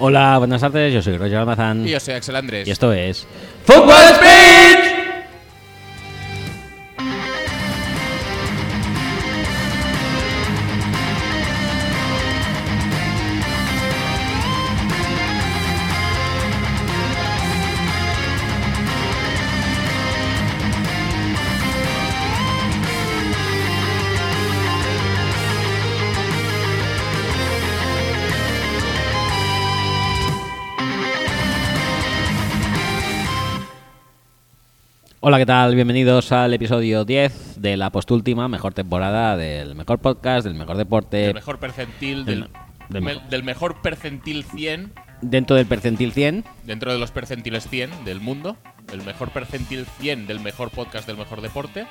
Hola, buenas tardes, yo soy Roger Almazán Y yo soy Axel Andrés. y esto es... ¡Football Speech! Hola, ¿qué tal? Bienvenidos al episodio 10 de la postúltima mejor temporada del mejor podcast, del mejor deporte, del mejor percentil del- del, del me- mejor. del mejor percentil 100 dentro del percentil 100. dentro de los percentiles 100 del mundo, el mejor percentil 100 del mejor podcast del mejor deporte.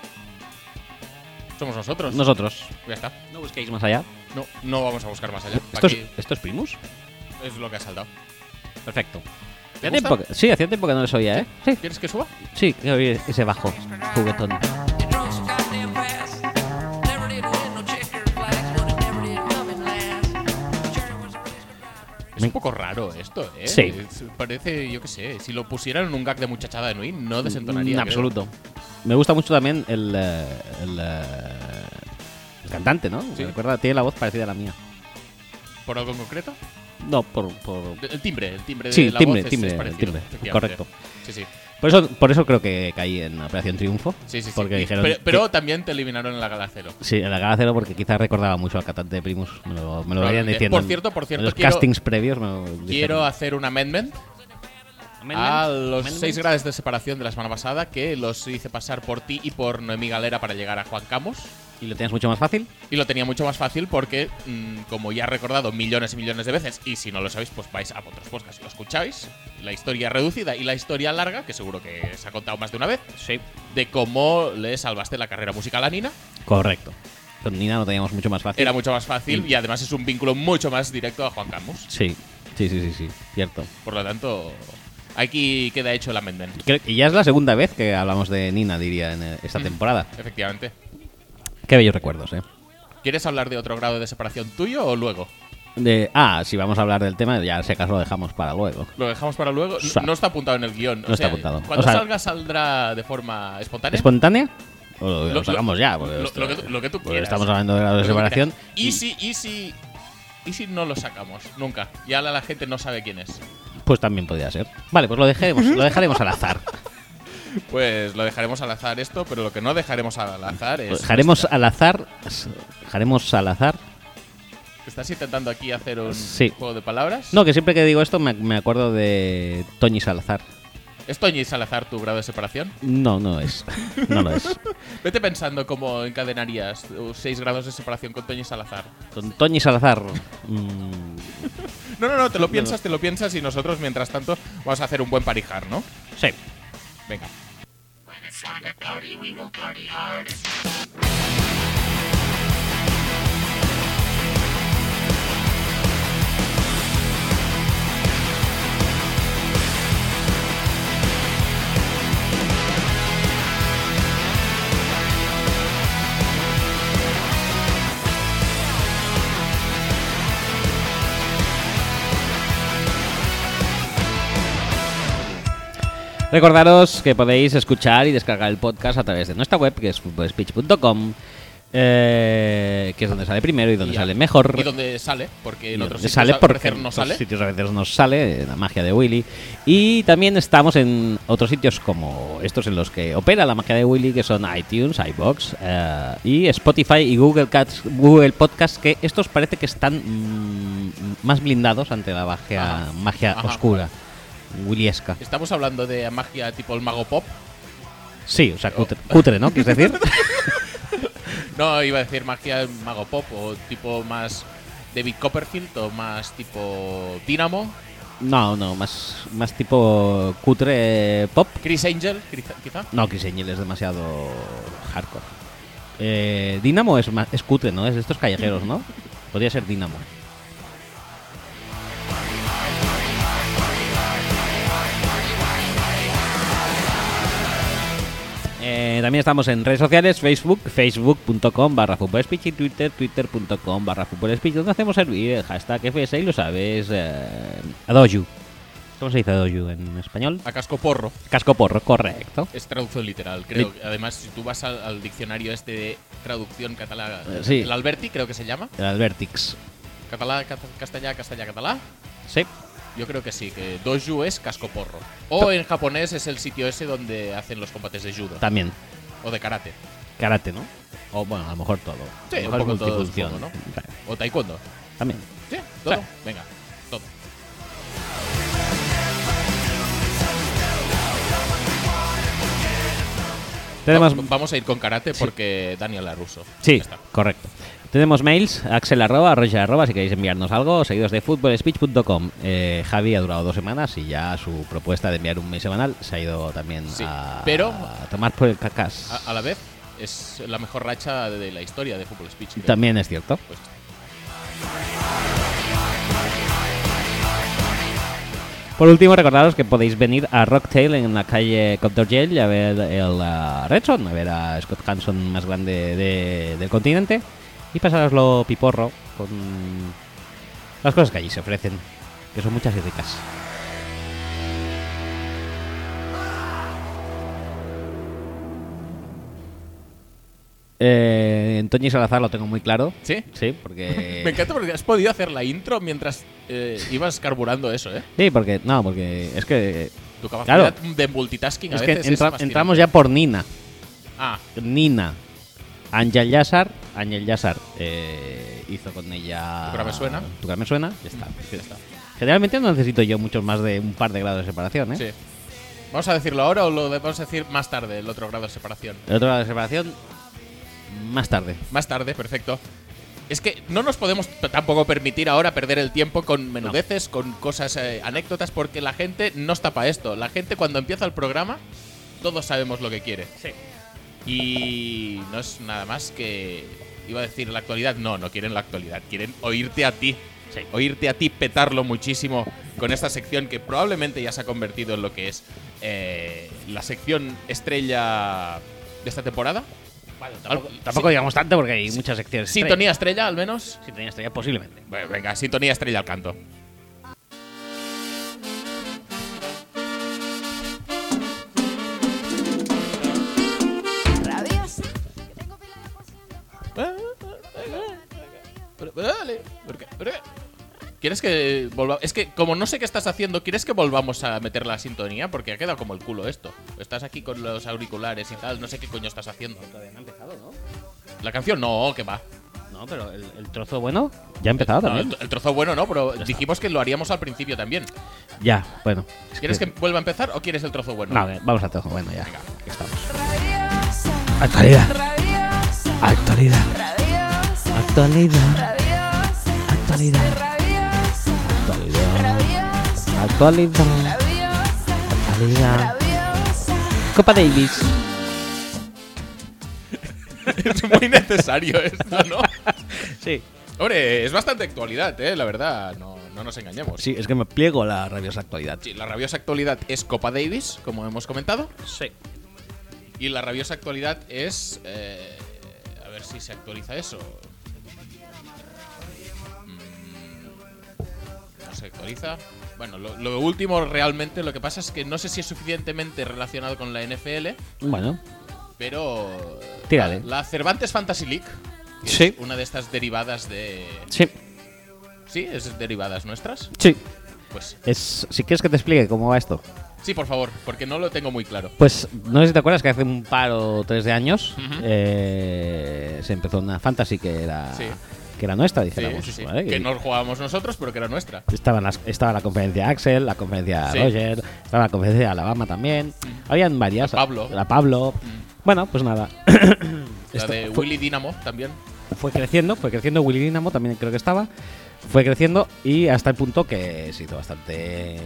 Somos nosotros. Nosotros. Ya está. No busquéis más allá. No, no vamos a buscar más allá. ¿Esto es, Aquí esto es Primus? es lo que ha saltado. Perfecto. ¿Te Hacía tiempo gusta? que- sí, hacía tiempo que no les oía, ¿eh? Sí, ¿Quieres que suba? sí, que oí ese bajo juguetón. It drove so goddamn fast. Never did win no checker flags, but it never did come in last. Jerry was a really good driver. Es un poco raro esto, ¿eh? Sí. Es- parece, yo qué sé, si lo pusieran en un gag de muchachada de Nui, no desentonaría. Mm, En creo. absoluto. Me gusta mucho también el, eh, el, eh, el cantante, ¿no? Sí. Recuerda, tiene la voz parecida a la mía. ¿Por algo en concreto? No, por, por, De- El timbre, el timbre de Sí, el la timbre, voz es- timbre, es el parecido, timbre, efectivamente. correcto. Sí, sí. Por eso, por eso creo que caí en Operación Triunfo. Sí, sí, sí. Porque Y- dijeron. pero que- pero también te eliminaron en la gala cero. sí, en la gala cero, porque quizás recordaba mucho al cantante de Primus. Me lo, me lo venían Probablemente. diciendo. Por en- cierto, por en cierto, los quiero- castings previos me lo dijeron. Quiero hacer un amendment a los Amendment. 6 grados de separación de la semana pasada que los hice pasar por ti y por Noemí Galera para llegar a Juan Camus. ¿Y lo tienes mucho más fácil? Y lo tenía mucho más fácil porque, mm, como ya he recordado millones y millones de veces, y si no lo sabéis, pues vais a otros podcasts y lo escucháis. La historia reducida y la historia larga, que seguro que se ha contado más de una vez, Sí. de cómo le salvaste la carrera musical a Nina. Correcto. Con Nina lo teníamos mucho más fácil. Era mucho más fácil y además es un vínculo mucho más directo a Juan Camus. Sí, sí, sí, sí, sí. Cierto. Por lo tanto, aquí queda hecho el amendment. Creo- y ya es la segunda vez que hablamos de Nina, diría, en eh, esta Mm. temporada. Efectivamente. Qué bellos recuerdos, ¿eh? ¿Quieres hablar de otro grado de separación tuyo o luego? De- ah, si vamos a hablar del tema, ya si acaso lo dejamos para luego. Lo dejamos para luego. Sa- No, no está apuntado en el guión. No está apuntado. Cuando O sea- salga, saldrá de forma espontánea. ¿Espontánea? ¿Eh? O lo, Lo- lo sacamos lo- ya. porque lo- esto- lo que tú- lo que tú porque quieras. Estamos hablando de grado de Lo que separación. quieras. ¿Y si, y si, y si no lo sacamos? Nunca. Ya la, la gente no sabe quién es. Pues también podría ser. Vale, pues lo dejaremos, lo dejaremos al azar. Pues lo dejaremos al azar esto, pero lo que no dejaremos al azar Lo es. dejaremos al azar. Dejaremos al azar. ¿Estás intentando aquí hacer un Sí. juego de palabras? No, que siempre que digo esto me, me acuerdo de Toñi Salazar. ¿Es Toñi Salazar tu grado de separación? No, no es. No lo es. Vete pensando cómo encadenarías 6 grados de separación con Toñi Salazar. Con Toñi Salazar. mm, No, no, no, te lo piensas, te lo piensas y nosotros, mientras tanto, vamos a hacer un buen parijar, ¿no? sí. Venga. Recordaros que podéis escuchar y descargar el podcast a través de nuestra web, que es footballspeech.com, eh, que es donde sale primero y donde Y- sale mejor. Y donde sale, porque en Y otros donde sitios sale al porque parecer en no otros sale. sitios a veces nos sale, eh, la magia de Willy. Y también estamos en otros sitios como estos en los que opera la magia de Willy, que son iTunes, iBox eh, y Spotify y Google, Cats, Google Podcast, que estos parece que están mm, más blindados ante la magia, Ajá. magia Ajá. Este- oscura. Willyesca. Estamos hablando de magia tipo el mago pop. Sí, o sea, cutre, cutre, ¿no? ¿Quieres decir? No, iba a decir magia mago pop o tipo más David Copperfield o más tipo Dynamo. No, no, más, más tipo cutre eh, pop. Chris Angel, quizá. quizá. No, Chris Angel es demasiado hardcore. Eh, Dinamo es, ma- es cutre, ¿no? Es de estos callejeros, ¿no? Podría ser Dinamo. Eh, también estamos en redes sociales, Facebook, facebook.com barra Fútbol Speech y Twitter, twitter.com barra Fútbol Speech, donde hacemos servir el hashtag FS y lo sabes, eh, Adoju. ¿Cómo se dice Adoju en español? A casco porro. Casco porro, correcto. Es traducción literal, creo. Además, si tú vas al, al diccionario este de traducción catalá, Eh, sí. el Alberti creo que se llama, El Advertix. catalá, ca- castellá, castellá, catalá, Sí. yo creo que sí, que doju es casco porro. O en japonés es el sitio ese donde hacen los combates de judo También. o de karate Karate, ¿no? O bueno, a lo mejor todo. Sí, a lo mejor un poco todo, multifunción. supongo, Vale, o taekwondo. También. Sí, todo. Sí. Venga, todo. Tenemos, Va- Vamos a ir con karate porque Daniel la ruso. Sí, Ya está. correcto. Tenemos mails, axel arroba, roger arroba, si queréis enviarnos algo, seguidos de footballspeech.com. Eh, Javi ha durado dos semanas y ya su propuesta de enviar un mail semanal se ha ido también Sí, a, pero- a tomar por el cacas. A, a la vez, es la mejor racha de la historia de Fútbol Speech. creo. También es cierto. Pues, Por último, recordaros que podéis venir a Rocktail en la calle Copdorgel y a ver el uh, Red Son, a ver a Scott Hanson más grande de- del continente y pasároslo piporro con las cosas que allí se ofrecen, que son muchas y ricas. Eh, en Toñi Salazar lo tengo muy claro. ¿Sí? Sí, porque. Me encanta porque has podido hacer la intro mientras eh, ibas carburando eso, ¿eh? Sí, porque. No, porque es que. Tu capacidad Claro. de multitasking a Es que veces entra- es fascinante. entramos ya por Nina. Ah, Nina. Ángel Yazar. Ángel Yazar eh, hizo con ella. Tu cara me suena. Tu cara me suena. Ya está. ya está. Generalmente no necesito yo muchos más de un par de grados de separación, ¿eh? Sí. ¿Vamos a decirlo ahora o lo vamos a decir más tarde, el otro grado de separación? El otro grado de separación. Más tarde. Más tarde, perfecto. Es que no nos podemos t- tampoco permitir ahora perder el tiempo con menudeces, con cosas, eh, anécdotas, porque la gente no está para esto. La gente cuando empieza el programa, todos sabemos lo que quiere. Sí. Y no es nada más que... Iba a decir la actualidad. No, no quieren la actualidad. Quieren oírte a ti. Sí. Oírte a ti petarlo muchísimo con esta sección que probablemente ya se ha convertido en lo que es eh, la sección estrella de esta temporada. Tampoco, tampoco Sí. digamos tanto porque hay muchas secciones. Sintonía estrella, al menos. estrella. Sintonía estrella, posiblemente. Bueno, venga, sintonía estrella al canto. Pero- pero dale, ¿por qué? ¿Por qué? ¿Quieres que volvamos? Es que como no sé qué estás haciendo, ¿quieres que volvamos a meter la sintonía? Porque ha quedado como el culo esto. Estás aquí con los auriculares y tal, no sé qué coño estás haciendo. Todavía no ha empezado, ¿no? La canción no, que va. No, pero el, el trozo bueno ya ha empezado Eh, No, también. el, el trozo bueno no, pero dijimos que lo haríamos al principio también. Ya, bueno. ¿Quieres que vuelva a empezar o quieres el trozo bueno? No, a ver, vamos al trozo bueno ya. Venga. que estamos. Actualidad. Actualidad. Actualidad, Actualidad. actualidad, actualidad. Copa Davis. es muy necesario esto, ¿no? Sí. Hombre, es bastante actualidad, ¿eh? La verdad, no, no nos engañemos. Sí, es que me pliego a la rabiosa actualidad. Sí, la rabiosa actualidad es Copa Davis, como hemos comentado. Sí. Y la rabiosa actualidad es. eh, a ver si se actualiza eso. Mm, No se actualiza. Bueno, lo, lo último realmente lo que pasa es que no sé si es suficientemente relacionado con la NFL, Bueno, pero. eh, Tírale. La, la Cervantes Fantasy League. que Sí. Es una de estas derivadas de. sí, Sí, es derivadas nuestras. sí. Pues Es, si quieres que te explique cómo va esto. sí, por favor, porque no lo tengo muy claro. Pues no sé si te acuerdas que hace un par o tres de años Ujú. eh, se empezó una fantasy que era, Sí. que era nuestra, Sí, dijéramos. sí, sí. ¿vale? Que Y no jugábamos nosotros, pero que era nuestra. Estaban las- estaba la conferencia Axel, la conferencia Sí. Mm. Roger, estaba la conferencia de Alabama también. Habían varias. La Pablo. Mm. La Pablo. Bueno, pues nada. La Esto de fue- Willy Dynamo también. fue creciendo, fue creciendo Willy Dynamo también creo que estaba, fue creciendo y hasta el punto que se hizo bastante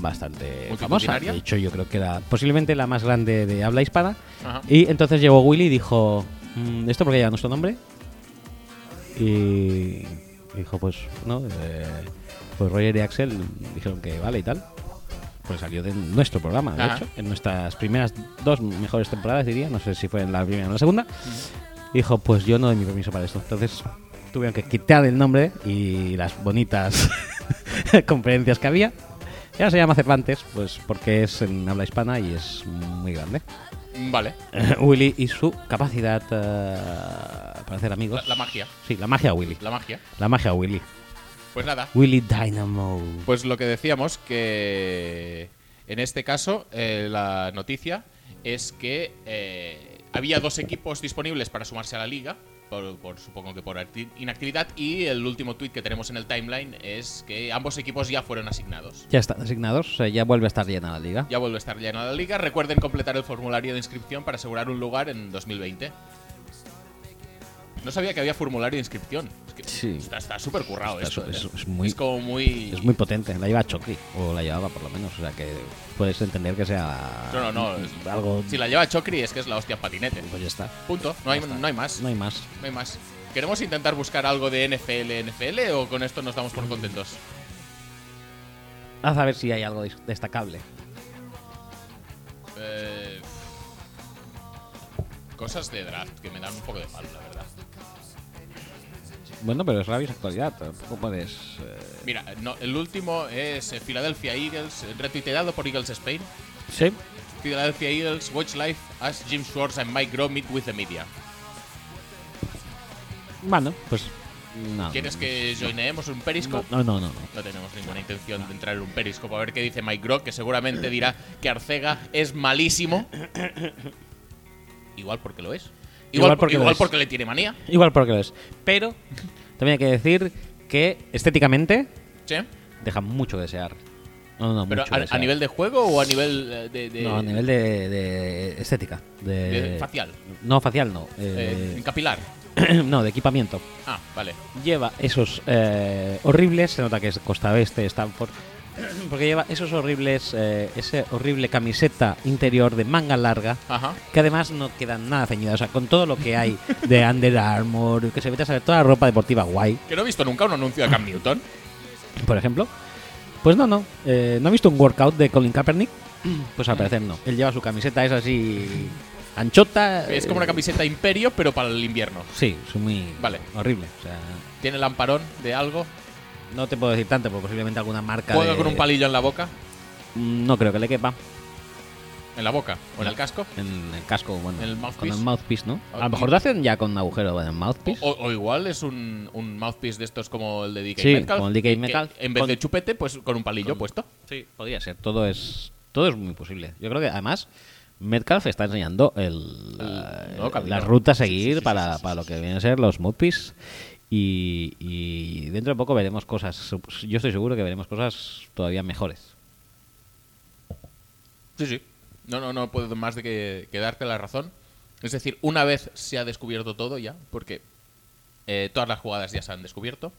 bastante famosa. Multitudinaria. De hecho, yo creo que era posiblemente la más grande de habla hispana. Ajá. Y entonces llegó Willy y dijo, "Mm, ¿esto porque lleva nuestro nombre? Y dijo, pues, ¿no? eh, pues Roger y Axel dijeron que vale y tal. pues salió de nuestro programa, de Ajá. hecho, en nuestras primeras dos mejores temporadas, diría, no sé si fue en la primera o en la segunda, dijo, pues yo no doy mi permiso para esto. Entonces tuvieron que quitar el nombre y las bonitas conferencias que había. Y ahora se llama Cervantes, pues porque es en habla hispana y es muy grande. Mm, Vale, Willy y su capacidad eh, para hacer amigos. la, la magia, sí, la magia Willy. la magia. La magia Willy. Pues nada, Willy Dynamo. pues lo que decíamos que en este caso eh, la noticia es que eh, había dos equipos disponibles para sumarse a la liga, por, por- supongo que por acti- inactividad, y el último tweet que tenemos en el timeline es que ambos equipos ya fueron asignados. Ya están asignados, eh, ya vuelve a estar llena la liga. Ya vuelve a estar llena la liga. Recuerden completar el formulario de inscripción para asegurar un lugar en 2020. No sabía que había formulario de inscripción. Es que Sí. Está está súper currado Está esto. su- es- ¿eh? es muy- como muy. Es muy potente, la lleva Chocri, o la llevaba por lo menos, o sea que puedes entender que sea No, no, no. es- algo... Si la lleva Chocri es que es la hostia en patinete. Pues ya está, Punto. No hay, no hay más. no hay más. No hay más. ¿Queremos intentar buscar algo de NFL, NFL o con esto nos damos por contentos? Haz a ver si hay algo dis- destacable. Eh, cosas de draft que me dan un poco de palo, la verdad. Bueno, pero es Rabis actualidad, tampoco puedes... eh, Mira, no, el último es eh, Philadelphia Eagles, eh, retuiteado por Eagles Spain. Sí, Philadelphia Eagles watch live as Jim Schwartz and Mike Groh meet with the media. Ah, bueno, pues... No, ¿Quieres no, que joineemos un Periscope? No, no, no, no. No tenemos ninguna intención de entrar en un Periscope a ver qué dice Mike Groh, que seguramente dirá que Arcega es malísimo. Igual porque lo es. Igual, Igual porque porque, lo igual es. porque le tiene manía. Igual porque lo es. Pero también hay que decir que estéticamente ¿Sí? deja mucho que desear. No, no, ¿Pero mucho que a, a desear. nivel de juego o a nivel eh, de, de- No, a nivel de, de estética. De, de facial? No, facial no. eh, eh, capilar? no, de equipamiento. Ah, vale. Lleva esos eh, horribles, se nota que es Costa Oeste, Stanford, porque lleva esos horribles, eh, ese horrible camiseta interior de manga larga, Ajá. que además no queda nada ceñida, o sea, con todo lo que hay de Under Armour, que se vete a saber toda la ropa deportiva guay, Que no he visto nunca un anuncio de Cam Newton. por ejemplo. Pues no, no. Eh, ¿No he visto un workout de Colin Kaepernick? Pues al parecer no. Él lleva su camiseta, es así anchota. Es como una eh, camiseta imperio, pero para el invierno. Sí, es muy Vale. horrible. O sea, Tiene el amparón de algo. no te puedo decir tanto, porque posiblemente alguna marca. Juega de- con un palillo en la boca. Mm, No creo que le quepa. ¿En la boca? ¿O en Mm. el casco? En el casco, bueno. ¿En el con mouthpiece? el mouthpiece, ¿no? A Ah, lo mejor y- lo hacen ya con agujero en el O, mouthpiece. o- o igual es un, un mouthpiece de estos como el de DK Sí, Metcalf. como el DK que Metcalf. En vez Con- de chupete, pues con un palillo puesto. Sí, podría ser. Todo es, todo es muy posible. Yo creo que además. Metcalf está enseñando el, la, nuevo camino. la ruta a seguir para, para lo que vienen a ser los mouthpiece. Y, y dentro de poco veremos cosas. Yo estoy seguro que veremos cosas todavía mejores. Sí, sí. No, no, no puedo más de que, que darte la razón. Es decir, una vez se ha descubierto todo ya, porque eh, todas las jugadas ya se han descubierto,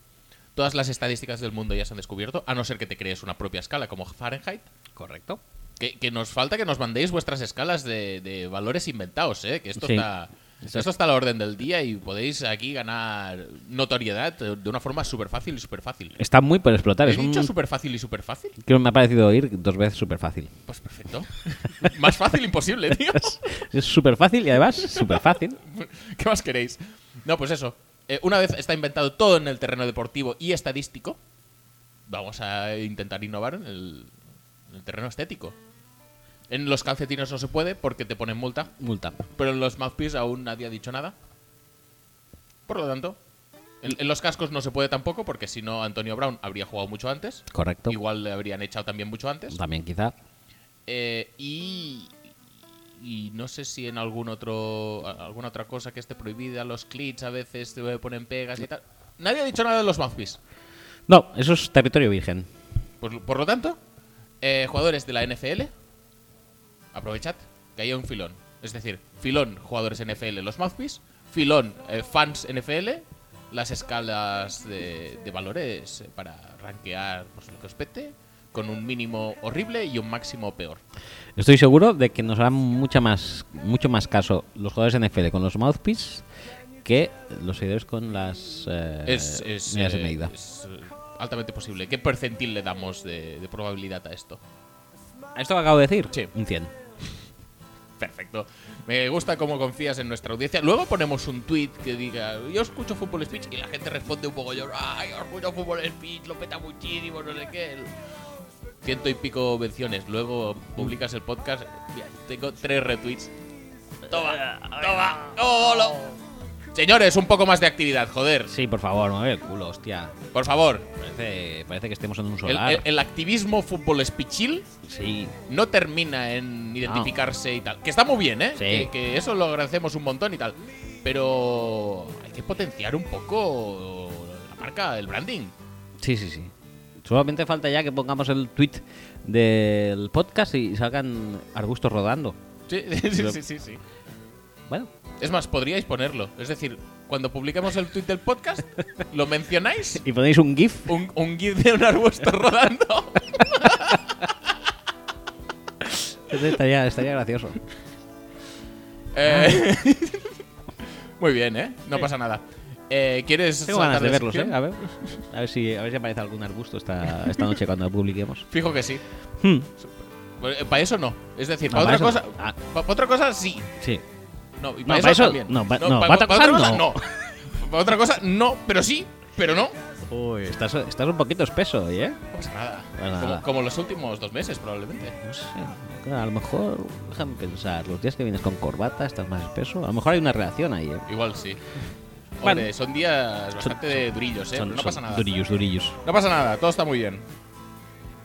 todas las estadísticas del mundo ya se han descubierto, a no ser que te crees una propia escala como Fahrenheit. Correcto. Que, que nos falta que nos mandéis vuestras escalas de, de valores inventados, ¿eh? Que esto, Sí. está, esto está a la orden del día y podéis aquí ganar notoriedad eh, de una forma súper fácil y súper fácil. Está muy por explotar. ¿He es un- dicho súper fácil y súper fácil? Creo que me ha parecido oír dos veces súper fácil. Pues perfecto. Más fácil imposible, tío. Es súper fácil y además súper fácil. ¿Qué más queréis? No, pues eso. Eh, una vez está inventado todo en el terreno deportivo y estadístico, vamos a intentar innovar en el, en el terreno estético. En los calcetines no se puede porque te ponen multa, Multa. pero en los mouthpiece aún nadie ha dicho nada. Por lo tanto, en, en los cascos no se puede tampoco porque si no Antonio Brown habría jugado mucho antes. Correcto. Igual le habrían echado también mucho antes. También quizá. Eh, y, y no sé si en algún otro a- alguna otra cosa que esté prohibida, los clits a veces te ponen pegas y tal. Nadie ha dicho nada de los mouthpiece. No, eso es territorio virgen. Por, por lo tanto, eh, jugadores de la NFL, aprovechad que hay un filón. Es decir, filón jugadores NFL los mouthpiece, filón eh, fans NFL las escalas de, de valores eh, para rankear pues, lo que os pete, con un mínimo horrible y un máximo peor. Estoy seguro de que nos harán mucha más, mucho más caso los jugadores NFL con los mouthpiece que los seguidores con las eh, es, es, medidas de eh, medida. es, eh, altamente posible. ¿Qué percentil le damos de, de probabilidad a esto? ¿Esto que acabo de decir? Sí. Un 100. Perfecto. Me gusta cómo confías en nuestra audiencia. Luego ponemos un tweet que diga, yo escucho Fútbol Speech y la gente responde un poco yo, ay, yo escucho Fútbol Speech, lo peta muchísimo, no sé qué. Ciento y pico menciones. Luego publicas el podcast. Mira, tengo tres retweets. Toma, toma, toma, bolo. Señores, un poco más de actividad, joder. Sí, por favor, mueve el culo, hostia. Por favor. Parece, parece que estemos en un El, solar. el- el activismo Fútbol Speechil Sí. no termina en identificarse y tal. Que está muy bien, ¿eh? Sí. Que, que eso lo agradecemos un montón y tal. Pero hay que potenciar un poco la marca, el branding. Sí, sí, sí. Solamente falta ya que pongamos el tweet del podcast y salgan arbustos rodando. Sí, sí, sí, sí, sí. Bueno, Es más, podríais ponerlo. Es decir, cuando publiquemos el tweet del podcast, lo mencionáis, y ponéis un GIF. un, un gif de un arbusto rodando. Eso Estaría, estaría gracioso. Eh, muy bien, ¿eh? No pasa nada. Eh, ¿Quieres Tengo ganas saltar de de verlos, ¿eh? sección? A ver, a ver, si, a ver si aparece algún arbusto esta, esta noche cuando publiquemos. Fijo que sí. Hmm. Para eso no. Es decir, No, para pa' otra eso cosa. no. Ah. pa- pa' otra cosa sí. Sí. No, y No, para pa' eso, eso- también. no, pa- no, pa' otra cosa tocar no. no. Para otra cosa no, pero sí, pero no. Uy, estás, estás un poquito espeso hoy, ¿eh? No pasa nada. Pues nada. Como, como los últimos dos meses, probablemente. No sé. A lo mejor, déjame pensar, los días que vienes con corbata estás más espeso. A lo mejor hay una relación ahí, ¿eh? Igual sí. Bueno. Hombre, son días bastante durillos, ¿eh? pero no pasa nada. Durillos, durillos. No pasa nada, todo está muy bien.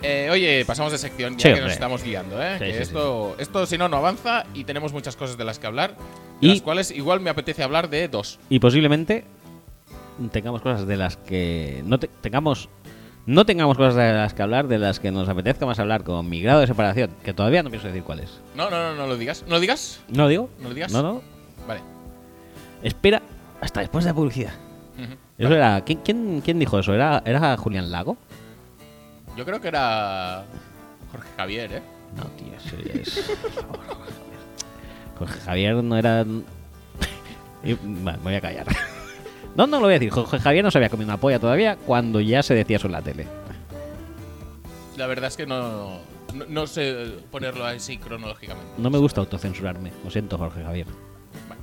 Eh, oye, pasamos de sección ya Sí, que hombre. nos estamos guiando, ¿eh? Sí, Que sí, sí. esto, esto si no, no avanza y tenemos muchas cosas de las que hablar. Y- De las cuales igual me apetece hablar de dos. Y posiblemente tengamos cosas de las que no te- tengamos no tengamos cosas de las que hablar, de las que nos apetezca más hablar con mi grado de separación, que todavía no pienso decir cuál es. No, no, no, no lo digas. ¿No lo digas? ¿No lo digo? ¿No lo digas? No, no. Vale. Espera hasta después de la publicidad. Ujú. Eso era. ¿quién, quién, quién dijo eso? ¿Era, ¿Era Julián Lago? Yo creo que era Jorge Javier, ¿eh? No, tío, eso ya es. por favor, Jorge Javier. Jorge Javier no era. Y- bueno, me voy a callar. No, no lo voy a decir. Jorge Javier no se había comido una polla todavía cuando ya se decía eso en la tele. La verdad es que no, no, no sé ponerlo así cronológicamente. No me gusta autocensurarme. Lo siento, Jorge Javier. Vale.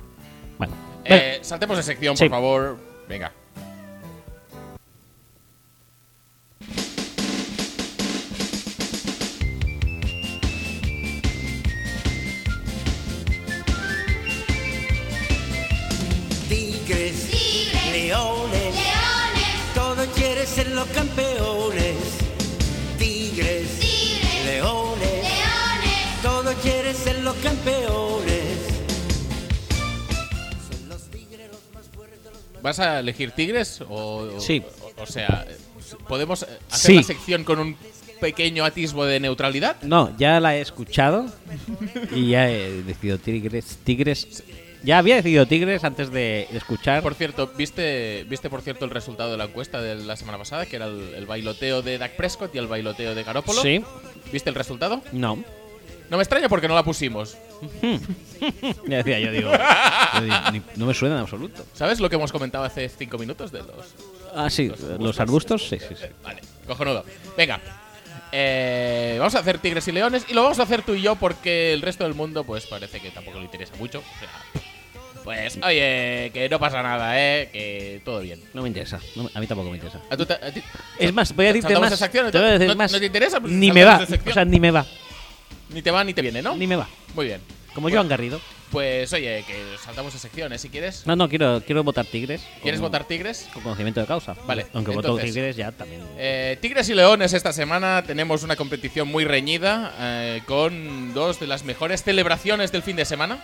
Bueno. Eh, saltemos de sección, Sí. por favor. Venga. Tigres, leones, todos quieren ser los campeones. Tigres, leones, todos quieren ser los campeones. Son los tigres los más fuertes de los ¿Vas a elegir Tigres? O, o- Sí. O, sea, ¿podemos eh, hacer Sí. la sección con un pequeño atisbo de neutralidad? No, ya la he escuchado y ya he decidido Tigres. Tigres. Ya había decidido Tigres antes de escuchar. Por cierto, ¿viste, viste por cierto el resultado de la encuesta de la semana pasada? Que era el, el bailoteo de Dak Prescott y el bailoteo de Garópolo. Sí. ¿Viste el resultado? No. No me extraña porque no la pusimos. Ya decía, yo digo. yo digo, ni- no me suena en absoluto. ¿Sabes lo que hemos comentado hace cinco minutos de los Eh, Ah, sí, los arbustos, sí, sí, sí. Vale, cojonudo. Venga. Eh, vamos a hacer tigres y leones y lo vamos a hacer tú y yo porque el resto del mundo pues parece que tampoco le interesa mucho. O sea, pues oye, que no pasa nada, ¿eh? Que todo bien. No me interesa, no me- a mí tampoco me interesa. ¿A tú te- a ti- Es más, voy a decirte ¿Saltamos más. de sección, te voy a entonces? decir ¿No- más. no te interesa? Pues Ni me va, saltamos de sección. o sea, ni me va, ni te va ni te viene, ¿no? ni me va. Muy bien. Como Joan Garrido. Pues oye, que saltamos a secciones si quieres. No, no, quiero, quiero votar Tigres. ¿Quieres con- votar tigres? Con conocimiento de causa. Vale, Aunque voto entonces- Tigres ya también. Eh, Tigres y Leones esta semana tenemos una competición muy reñida eh, con dos de las mejores celebraciones del fin de semana.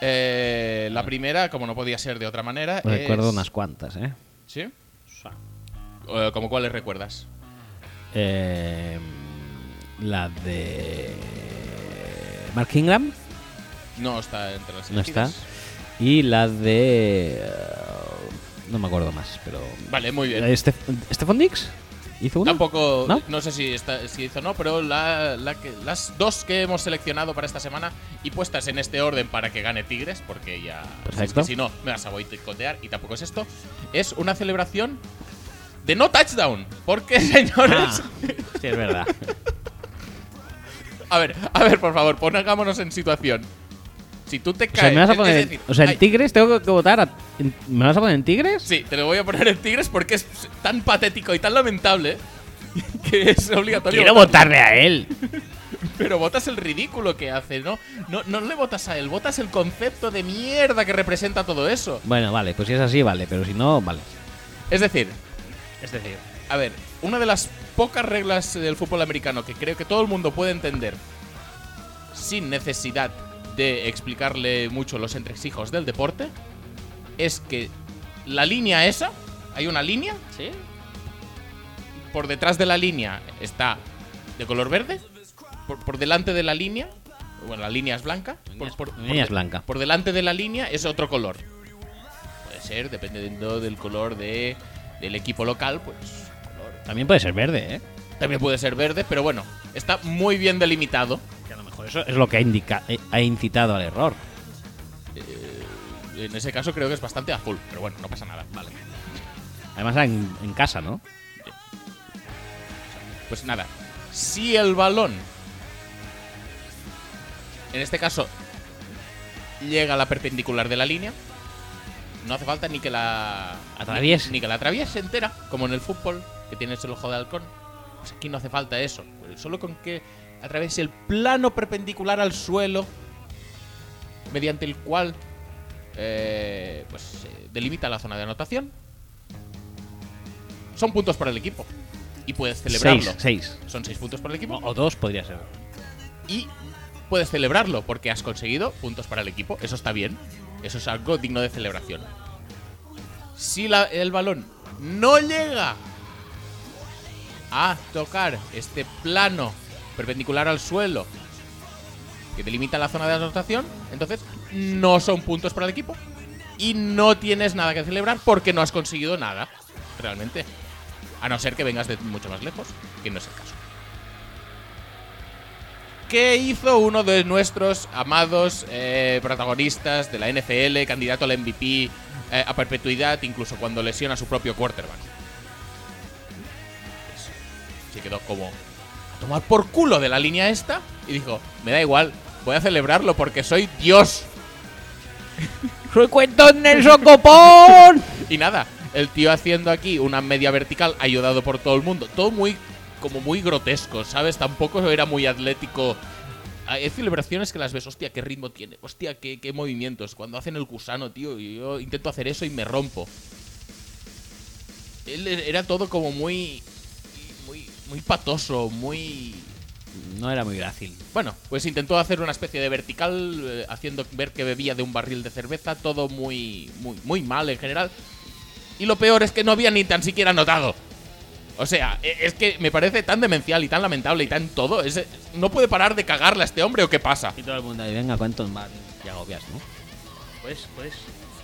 Eh, la primera, como no podía ser de otra manera, Recuerdo es- unas cuantas, ¿eh? ¿Sí? Eh, ¿Como cuáles recuerdas? Eh, la de Mark Ingram No está entre las no está elegidas. y la de eh, no me acuerdo más pero Eh, Vale, muy bien. Stefan Dix hizo una Tampoco, ¿No? ¿No? sé si, está, si hizo o no, pero la- la que- las dos que hemos seleccionado para esta semana y puestas en este orden para que gane Tigres, porque ya. Si, es que Perfecto. si no, me vas a boicotear y tampoco es esto. Es una celebración Ah, de no touchdown. Porque, señores, sí es verdad Ah. a ver, a ver, por favor, pongámonos en situación. Si tú te O caes. sea, me vas a es- es poner. decir, o sea, en ay, Tigres tengo que votar a. en- ¿Me vas a poner en Tigres? Sí, te lo voy a poner en Tigres porque es tan patético y tan lamentable que es obligatorio. Quiero votarlo. votarle a él. Pero votas el ridículo que hace, ¿no? ¿no? No le votas a él, votas el concepto de mierda que representa todo eso. Bueno, vale, pues si es así, vale, pero si no, vale. Es decir, Es decir, a ver, una de las pocas reglas del fútbol americano que creo que todo el mundo puede entender sin necesidad de explicarle mucho los entresijos del deporte es que la línea esa, hay una línea, ¿sí? por detrás de la línea está de color verde, por, por delante de la línea, bueno, la línea es blanca, por, por- por Niña es de- blanca. por delante de la línea es otro color. Puede ser, dependiendo del color de, del equipo local, pues color. También puede ser verde, ¿eh? También puede ser verde, pero bueno, está muy bien delimitado. Que a lo mejor eso es lo que ha, indica- eh, ha incitado al error. Eh, En ese caso creo que es bastante azul, pero bueno, no pasa nada. Vale. Además, en, en casa, ¿no? Pues nada, si el balón, en este caso, llega a la perpendicular de la línea, no hace falta ni que la Atraviese. ni, ni que la atraviese entera, como en el fútbol, que tienes el ojo de halcón. Pues aquí no hace falta eso. Pues Solo con que atraviese el plano perpendicular al suelo, mediante el cual eh, pues eh, delimita la zona de anotación. Son puntos para el equipo. Y puedes celebrarlo. Seis, seis. Son seis puntos para el equipo. O, o dos podría ser. Y puedes celebrarlo porque has conseguido puntos para el equipo. Eso está bien. Eso es algo digno de celebración. Si la- el balón no llega a tocar este plano perpendicular al suelo que delimita la zona de anotación, entonces no son puntos para el equipo y no tienes nada que celebrar porque no has conseguido nada, realmente. A no ser que vengas de mucho más lejos, que no es el caso. ¿Qué hizo uno de nuestros amados eh, protagonistas de la NFL, candidato al MVP eh, a perpetuidad, incluso cuando lesiona a su propio quarterback? Pues, se quedó como a tomar por culo de la línea esta y dijo, me da igual, voy a celebrarlo porque soy Dios. ¡Soy Cuentón Nelson Copón! Y nada, el tío haciendo aquí una media vertical, ayudado por todo el mundo. Todo muy, como muy grotesco, ¿sabes? Tampoco era muy atlético. Ah, Hay celebraciones que las ves, hostia, qué ritmo tiene, hostia, qué, qué movimientos. Cuando hacen el gusano, tío, y yo intento hacer eso y me rompo. Él e- era todo como muy. muy, muy patoso, muy. no era muy grácil. Bueno, pues intentó hacer una especie de vertical, eh, haciendo ver que bebía de un barril de cerveza, todo muy, muy, muy mal en general. Y lo peor es que no había ni tan siquiera notado. O sea, e- es que me parece tan demencial y tan lamentable y tan todo. es- eh, no puede parar de cagarla este hombre o qué pasa. Y todo el mundo ahí, venga, ¿cuántos más? Y agobias, ¿no? Pues, pues.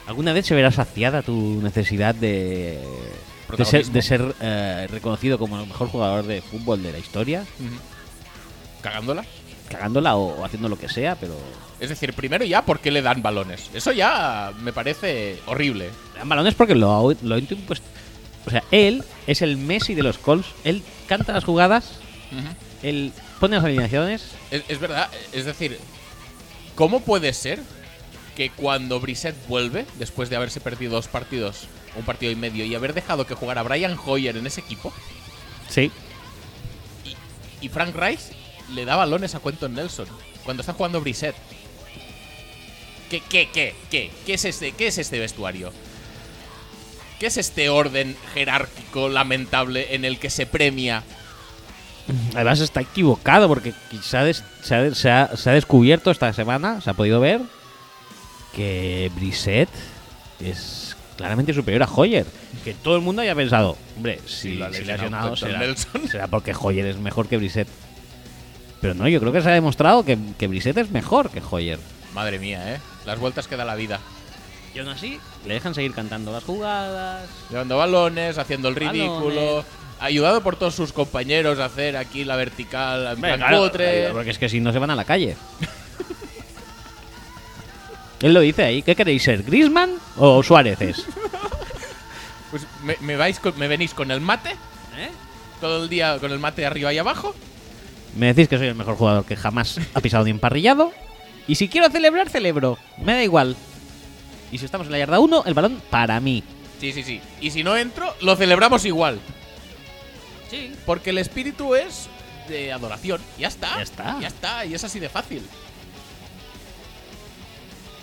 ¿Alguna vez se verá saciada tu necesidad de. De ser, Protagonismo. de ser, eh, reconocido como el mejor jugador de fútbol de la historia, ¿Cagándola? cagándola o, o haciendo lo que sea, pero. Es decir, primero ya, ¿por qué le dan balones? Eso ya me parece horrible. Le dan balones porque lo, ha- lo ha impuesto. O sea, él es el Messi de los Colts. Él canta las jugadas, él pone las alineaciones. Es, es verdad, es decir, ¿cómo puede ser que cuando Brissett vuelve, después de haberse perdido dos partidos, un partido y medio, y haber dejado que jugara Brian Hoyer en ese equipo, Sí. y, y Frank Rice le da balones a Quentin Nelson cuando está jugando Brissett? ¿Qué, qué, qué, qué? ¿Qué es este, qué es este vestuario? ¿Qué es este orden jerárquico lamentable en el que se premia Además está equivocado porque quizá des- se, ha, se ha- se ha descubierto esta semana, se ha podido ver, que Brissett es claramente superior a Hoyer. Que todo el mundo haya pensado, hombre, si, Sí, lo ha si le ha lesionado lesionado será, Nelson. será porque Hoyer es mejor que Brissett. Pero no, yo creo que se ha demostrado que, que Brissett es mejor que Hoyer. Madre mía, ¿eh? Las vueltas que da la vida. Y aún así, le dejan seguir cantando las jugadas. llevando balones, haciendo el ridículo, Balones. ayudado por todos sus compañeros a hacer aquí la vertical en plan Claro, cutre. Porque es que si no se van a la calle. Él lo dice ahí. ¿Qué queréis ser? ¿Grisman o Suárez es? Pues me, me vais con- me venís con el mate, todo el día con el mate arriba y abajo, Me decís que soy el mejor jugador que jamás ha pisado ni emparrillado. Y si quiero celebrar, celebro. Me da igual. Y si estamos en la yarda 1, el balón para mí. Sí, sí, sí. Y si no entro, lo celebramos igual. Sí. Porque el espíritu es de adoración. Ya está. Ya está. Ya está. Y es así de fácil.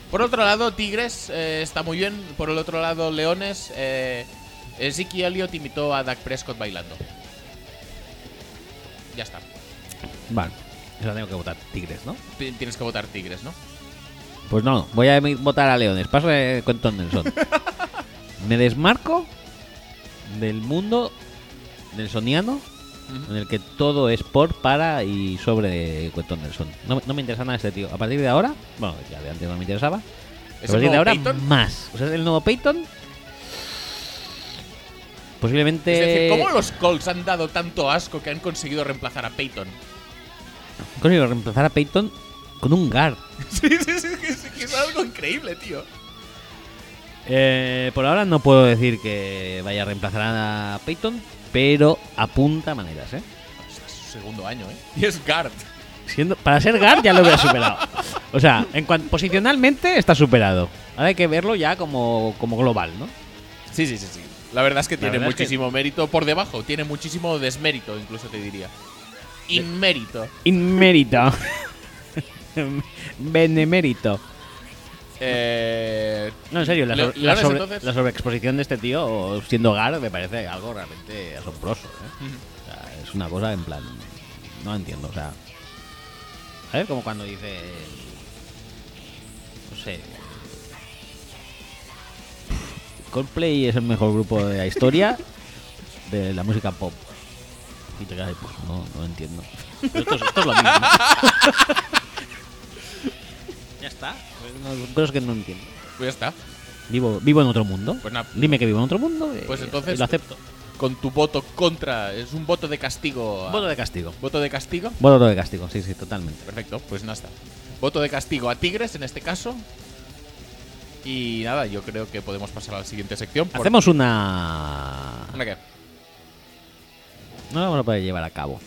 Por otro lado, Tigres eh, está muy bien. Por el otro lado, Leones. Eh, Ziki Elliott imitó a Dak Prescott bailando. Ya está. Vale. Eso tengo que votar Tigres, ¿no? Ti- Tienes que votar Tigres, ¿no? Pues no, voy a em- votar a Leones. Paso de Quentin Nelson. Me desmarco del mundo nelsoniano en el que todo es por, para y sobre Quentin Nelson. No, me- no me interesa nada este tío. A partir de ahora, bueno, ya de antes no me interesaba. ¿Es a el partir de nuevo ahora, Peyton? más. O sea, es el nuevo Peyton. Posiblemente. Es decir, ¿cómo los Colts han dado tanto asco que han conseguido reemplazar a Peyton? Coño, reemplazar a Peyton con un guard. sí, sí, sí, que es, que es algo increíble, tío. Eh, por ahora no puedo decir que vaya a reemplazar a Peyton, pero apunta maneras, ¿eh? Es su segundo año, ¿eh? Y es guard. Siendo, para ser guard ya lo hubiera superado. O sea, en cuan- posicionalmente está superado. Ahora hay que verlo ya como, como global, ¿no? Sí, sí, sí, sí. La verdad es que tiene verdad es que- muchísimo mérito por debajo, tiene muchísimo desmérito, incluso te diría. Inmérito. Inmérito. Benemérito. Eh, No, en serio, la, Le- so- la Leones, sobre- entonces. la sobreexposición de este tío siendo guard me parece algo realmente asombroso. ¿eh? O sea, es una cosa en plan. No entiendo, o sea. ¿Sabes? Como cuando dice. No sé. Coldplay es el mejor grupo de la historia de la música pop. Y te quedas ahí, pues no, no entiendo. Pero esto, es, esto es lo mismo. ya está. Pues, No, cosas que no entiendo. pues ya está. Vivo, vivo en otro mundo. Pues nada. Dime que vivo en otro mundo. eh, Pues entonces- y Lo acepto. Con tu voto contra, es un voto de castigo. a- Voto de castigo. voto de castigo. Voto de castigo, sí, sí, totalmente. Perfecto, pues no está. Voto de castigo a Tigres en este caso. Y nada, yo creo que podemos pasar a la siguiente sección. por- Hacemos una. ¿Una qué? No la vamos a poder llevar a cabo.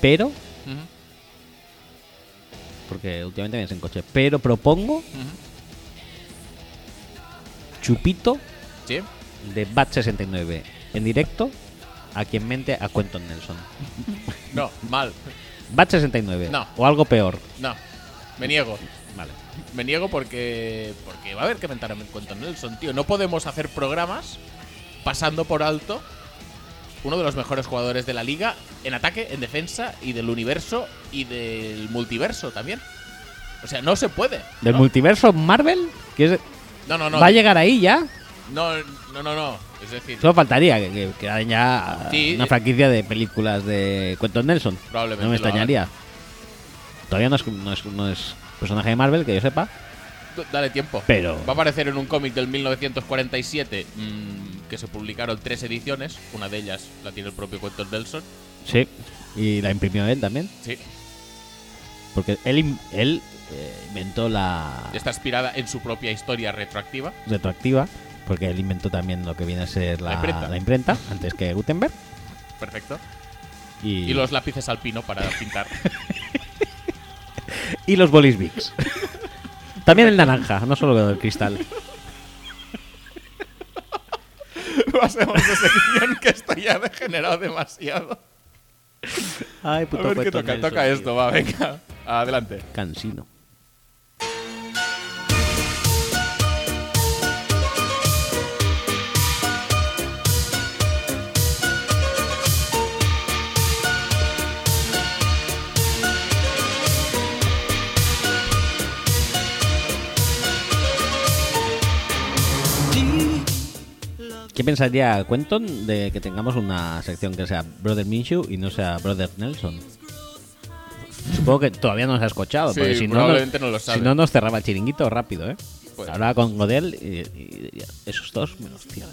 Pero, Ujú, porque últimamente vienes en coche, pero propongo ujú. Chupito ¿Sí? de Bat 69 en directo a quien mente a Quentin Nelson. No, mal. Bat 69. No. O algo peor. No, me niego. Vale. Me niego porque, porque va a haber que mentar a Quentin Nelson, tío. No podemos hacer programas pasando por alto uno de los mejores jugadores de la liga en ataque, en defensa y del universo y del multiverso también. O sea, no se puede. Del ¿no? multiverso Marvel, que es- No, no, no. va a llegar ahí ya. No, no, no, no. Es decir, Solo faltaría que, que crearan ya eh, Sí. una franquicia de películas de Quentin Nelson. Probablemente No me lo extrañaría. Todavía no es, no, es, no es personaje de Marvel, que yo sepa. d- dale tiempo. Pero- Va a aparecer en un cómic del 1947 mm, que se publicaron tres ediciones. Una de ellas la tiene el propio Quentin Nelson. Sí. Y la imprimió él también. Sí. Porque él, in- él eh, inventó la Está inspirada en su propia historia retroactiva. retroactiva. Porque él inventó también lo que viene a ser la, La imprenta. la imprenta, antes que Gutenberg. Perfecto. Y, Y los lápices alpino para pintar. y los bolis Bics. también el naranja, no solo el cristal. Pasemos de sección que esto ya ha degenerado demasiado. Ay, A puto ver qué Quentin toca. Nelson, Toca tío. esto, va, venga. Adelante. Cansino. ¿Qué pensaría Quentin de que tengamos una sección que sea Brother Minshew y no sea Brother Nelson? Supongo que todavía no nos ha escuchado, Sí, porque si no, probablemente no lo sabe. si no nos cerraba el chiringuito rápido, ¿eh? Pues- Hablaba con Godel y, y- y esos dos me los tienes.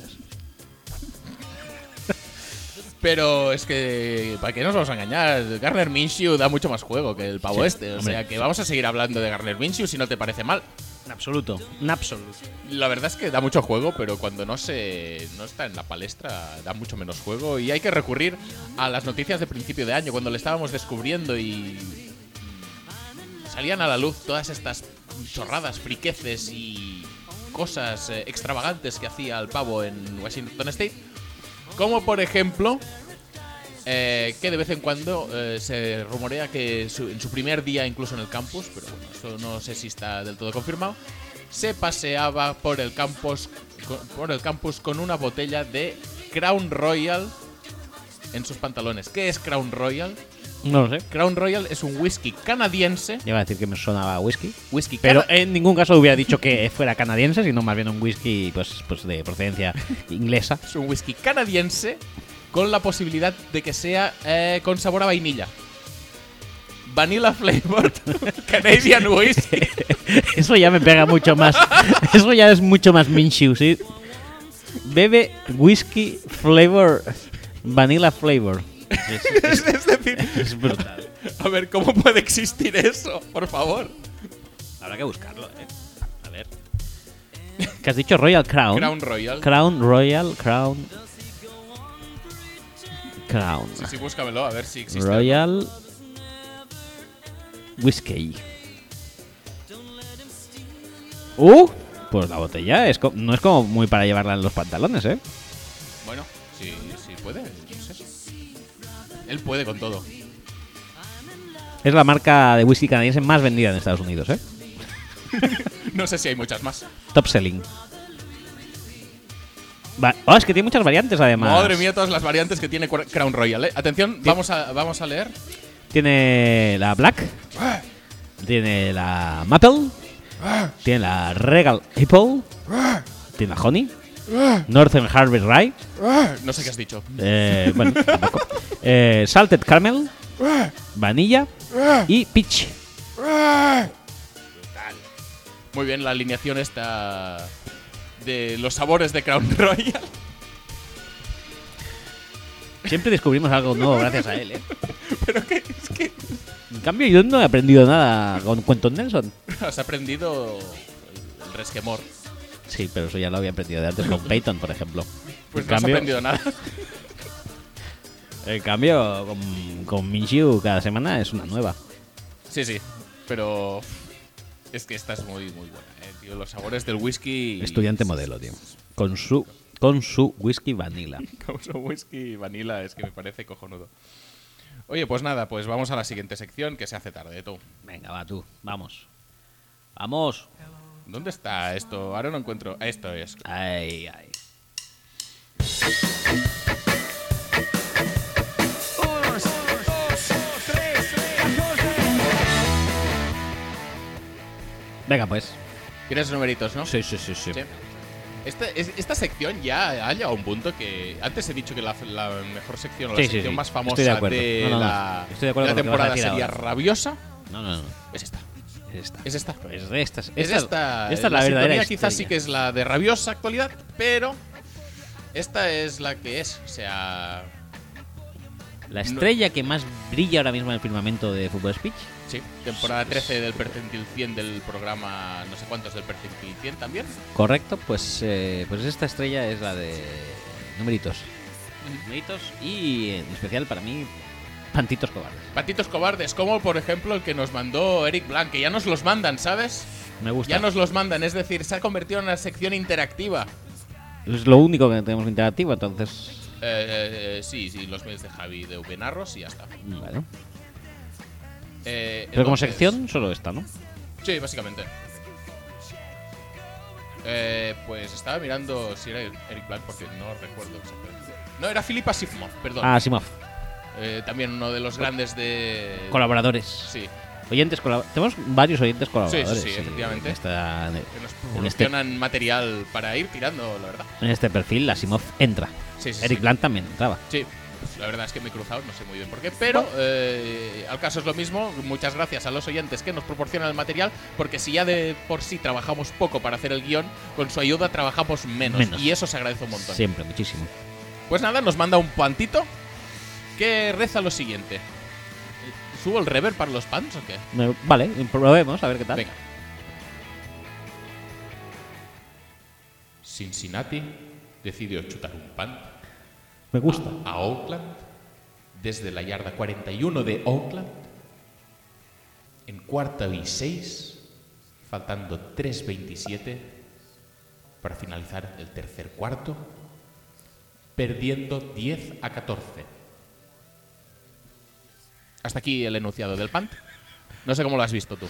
Pero es que, ¿para qué nos vamos a engañar? Garner Minshew da mucho más juego que el pavo Sí, este. O hombre. sea que vamos a seguir hablando de Garner Minshew si no te parece mal. En absoluto. En absoluto. La verdad es que da mucho juego, pero cuando no se no está en la palestra da mucho menos juego y hay que recurrir a las noticias de principio de año cuando le estábamos descubriendo y salían a la luz todas estas chorradas, friqueces y cosas eh, extravagantes que hacía el pavo en Washington State, como por ejemplo eh, que de vez en cuando eh, se rumorea que su- en su primer día, incluso en el campus, pero bueno, esto no sé si está del todo confirmado, se paseaba por el campus, co- por el campus con una botella de Crown Royal en sus pantalones. ¿Qué es Crown Royal? No lo sé. Crown Royal es un whisky canadiense. Yo iba a decir que me sonaba a whisky. Whisky Pero cana- en ningún caso hubiera dicho que fuera canadiense, sino más bien un whisky pues, pues de procedencia inglesa. es un whisky canadiense con la posibilidad de que sea eh, con sabor a vainilla. Vanilla flavored Canadian whisky. Eso ya me pega mucho más. Eso ya es mucho más Minshew, ¿sí? Bebe whisky flavor, vanilla flavor. Es, es decir, es brutal. A ver, ¿cómo puede existir eso? Por favor. Habrá que buscarlo, ¿eh? A ver. ¿Qué has dicho? Royal Crown. Crown Royal. Crown Royal Crown. Crown. sí, sí, búscamelo, a ver si existe. Royal Whiskey. ¡Uh! Pues la botella es co- no es como muy para llevarla en los pantalones, ¿eh? Bueno, sí, sí puede. no sé. Él puede con todo. Es la marca de whisky canadiense más vendida en Estados Unidos, ¿eh? No sé si hay muchas más. Top selling. Va- oh, es que tiene muchas variantes además. Madre mía, todas las variantes que tiene Cra- Crown Royal. ¿eh? Atención, vamos a, vamos a leer. Tiene la Black. Tiene la Maple. Tiene la Regal Apple. Tiene la Honey. Northern Harvest Rye. No sé qué has dicho. Eh, bueno, tampoco. Eh, salted caramel, vanilla y peach. Muy bien, la alineación está de los sabores de Crown Royal. Siempre descubrimos algo nuevo gracias a él, ¿eh? Pero que es que En cambio, yo no he aprendido nada con Quentin Nelson. has aprendido el resquemor. Sí, pero eso ya lo había aprendido de antes con Peyton, por ejemplo. Pues en, no has cambio, aprendido nada. en cambio, con, con Minshew cada semana es una nueva. Sí, sí, pero es que esta es muy, muy buena, eh, tío. Los sabores del whisky. Estudiante modelo, tío. Con su, con su whisky vanilla. Con su whisky y vanilla, es que me parece cojonudo. Oye, pues nada, pues vamos a la siguiente sección que se hace tarde, tú. Venga, va tú, vamos. Vamos. ¿Dónde está esto? Ahora no encuentro. Esto es. Ay, ay. Venga, pues. ¿Quieres numeritos, no? Sí, sí, sí, sí. Sí. Esta, es- esta sección ya ha llegado a un punto que antes he dicho que la, la mejor sección o la Sí, sí, sección sí. más Estoy de famosa acuerdo. de No, no, no. la, Estoy de acuerdo de la con lo que vas a temporada decir sería ahora. rabiosa. No, no, no. Es esta. Es esta. Es esta. Es de estas. Es Pues esta, esta. esta es la, sintonía verdadera quizás sí historia. que es la de rabiosa actualidad, pero esta es la que es. O sea, La estrella que más brilla ahora mismo en el firmamento de Fútbol Speech. sí, temporada 13 del percentil 100 del programa, no sé cuántos del percentil 100 también. Correcto, pues, eh, pues esta estrella es la de numeritos. Numeritos y en especial para mí, pantitos cobardes. Patitos cobardes, como por ejemplo el que nos mandó Eric Blanc, que ya nos los mandan, ¿sabes? Me gusta. Ya nos los mandan, es decir, se ha convertido en una sección interactiva. Es lo único que tenemos interactivo, entonces. Eh, eh, eh, sí, sí, los mails de Javi de Ubenarros y ya está. Vale. Eh, Pero como entonces- sección, solo esta, ¿no? Sí, básicamente. Eh, pues estaba mirando si era Eric Black porque no recuerdo exactamente. No, era Philip Asimov, perdón. Ah, Pues Simov. Eh, también uno de los grandes de. Colaboradores. Sí, Oyentes colab- Tenemos varios oyentes colaboradores. sí, efectivamente. en esta- que nos en, este, proporcionan material para ir tirando, la verdad. en este perfil, la Simov entra. Sí, sí, Eric sí. Blanc también entraba. Sí, la verdad es que me he cruzado, no sé muy bien por qué, pero eh, al caso es lo mismo. Muchas gracias a los oyentes que nos proporcionan el material, porque si ya de por sí trabajamos poco para hacer el guión, con su ayuda trabajamos menos, Menos. y eso se agradece un montón. Siempre, muchísimo. Pues nada, nos manda un pantito que reza lo siguiente. ¿Subo el reverb para los pants o qué? Me- Vale, probemos a ver qué tal. Venga. Cincinnati decidió chutar un punt Me gusta. a Oakland desde la yarda 41 de Oakland en cuarta y seis, faltando 3.27 para finalizar el tercer cuarto, perdiendo 10 a 14. Hasta aquí el enunciado del punt. No sé cómo lo has visto tú.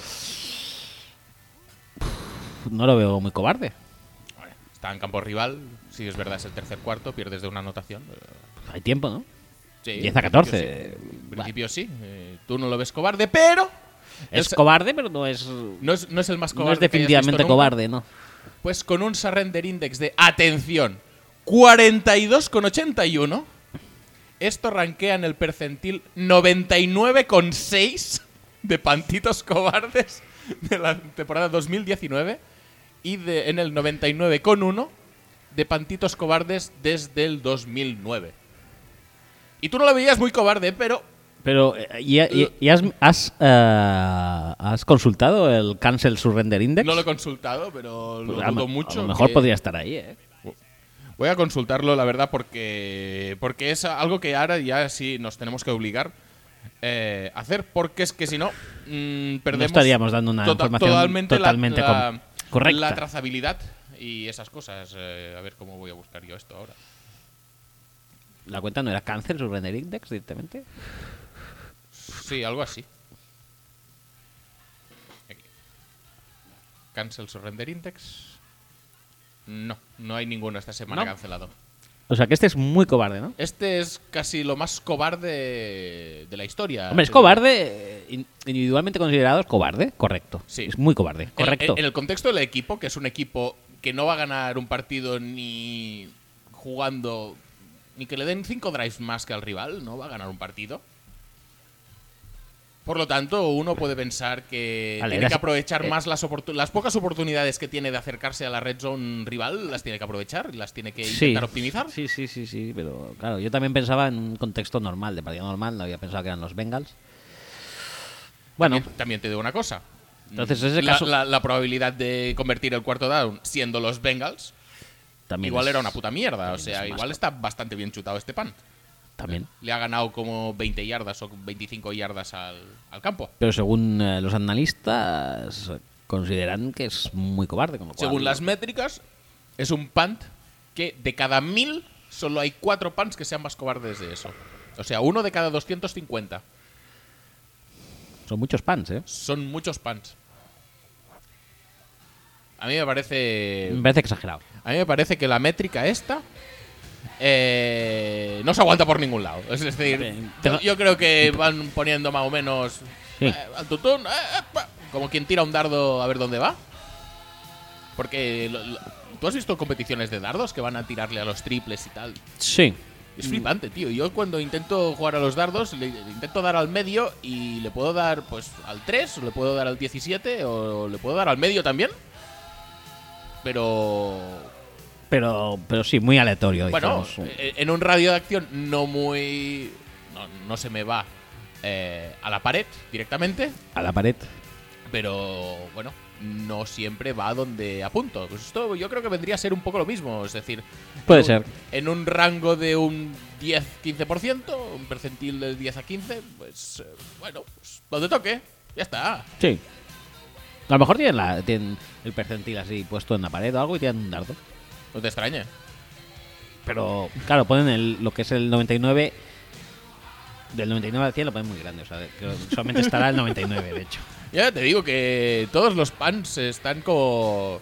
No lo veo muy cobarde. Vale, Está en campo rival, si es verdad es el tercer cuarto, pierdes de una anotación. eh, Hay tiempo, ¿no? 10 Sí, a en principio 14, sí. eh, En va. principio sí. eh, tú no lo ves cobarde, pero. Es el- cobarde, pero no es. no, es, no es el más No cobarde. es que hayas visto definitivamente nunca. cobarde, ¿no? Pues con un surrender index de. ¡Atención! 42,81. Esto rankea en el percentil 99,6 de pantitos cobardes de la temporada 2019 y de, en el 99,1 de pantitos cobardes desde el 2009. Y tú no lo veías muy cobarde, pero Pero, eh, ¿y, y- y has, has, eh, has consultado el Cancel Surrender Index? No lo he consultado, pero lo Pues, a- dudo mucho. A lo mejor que- podría estar ahí, ¿eh? Voy a consultarlo, la verdad, porque, porque es algo que ahora ya sí nos tenemos que obligar eh, a hacer, porque es que si no, mm, perdemos. tota-, estaríamos dando una información totalmente, la- totalmente la, com- correcta. La trazabilidad y esas cosas. Eh, a ver cómo voy a buscar yo esto ahora. La cuenta no era Cancel Surrender Index directamente. Sí, algo así. Aquí. Cancel Surrender Index. No, no hay ninguno esta semana No. cancelado. O sea que este es muy cobarde, ¿no? Este es casi lo más cobarde de la historia. Hombre, es cobarde, eh, in- individualmente considerado es cobarde, correcto. Sí. Es muy cobarde, En- correcto. En, el contexto del equipo, que es un equipo que no va a ganar un partido ni jugando, ni que le den cinco drives más que al rival, no va a ganar un partido. Por lo tanto, uno puede pensar que Vale, tiene eras- que aprovechar eh. más las, oportu- las pocas oportunidades que tiene de acercarse a la red zone rival, las tiene que aprovechar, y las tiene que intentar optimizar. Sí, sí, sí, sí, pero claro, yo también pensaba en un contexto normal, de partido normal, no había pensado que eran los Bengals. Bueno, También, también te digo una cosa. Entonces, ese la, caso- la- la probabilidad de convertir el cuarto down siendo los Bengals, también igual es- era una puta mierda. O también sea, es más igual está bastante bien chutado este pan. También. Le ha ganado como 20 yardas o 25 yardas al, al campo. Pero según eh, los analistas, eh, consideran que es muy cobarde. Con lo cual- Según las métricas, es un punt que de cada mil solo hay cuatro punts que sean más cobardes de eso. O sea, uno de cada 250. Son muchos pans, ¿eh? Son muchos punts. A mí me parece Me parece exagerado. A mí me parece que la métrica esta eh, no se aguanta por ningún lado. Es Hombre, decir, te yo, va- yo creo que van poniendo más o menos Sí. eh, al tutún, eh, eh, pa, como quien tira un dardo a ver dónde va. Porque lo- lo- tú has visto competiciones de dardos que van a tirarle a los triples y tal. Sí. Mm. Es flipante, tío. Yo cuando intento jugar a los dardos, le, le intento dar al medio y le puedo dar pues al 3, o le puedo dar al 17, o le puedo dar al medio también. Pero Pero, pero sí, muy aleatorio. bueno, digamos. eh, en un radio de acción no muy. No, no se me va eh, a la pared directamente, a la pared. pero bueno, no siempre va donde apunto. Pues esto yo creo que vendría a ser un poco lo mismo, es decir. Puede en un- ser. En un rango de un 10-15%, un percentil del 10 a 15, pues eh, bueno, pues, donde toque, ya está. Sí. A lo mejor tienen, la, tienen el percentil así puesto en la pared o algo y tiran un dardo. No te extrañe. Pero, claro, ponen el, lo que es el 99. Del 99 al 100 lo ponen muy grande. O sea, creo que solamente estará el 99, de hecho. Ya te digo que todos los pans están como.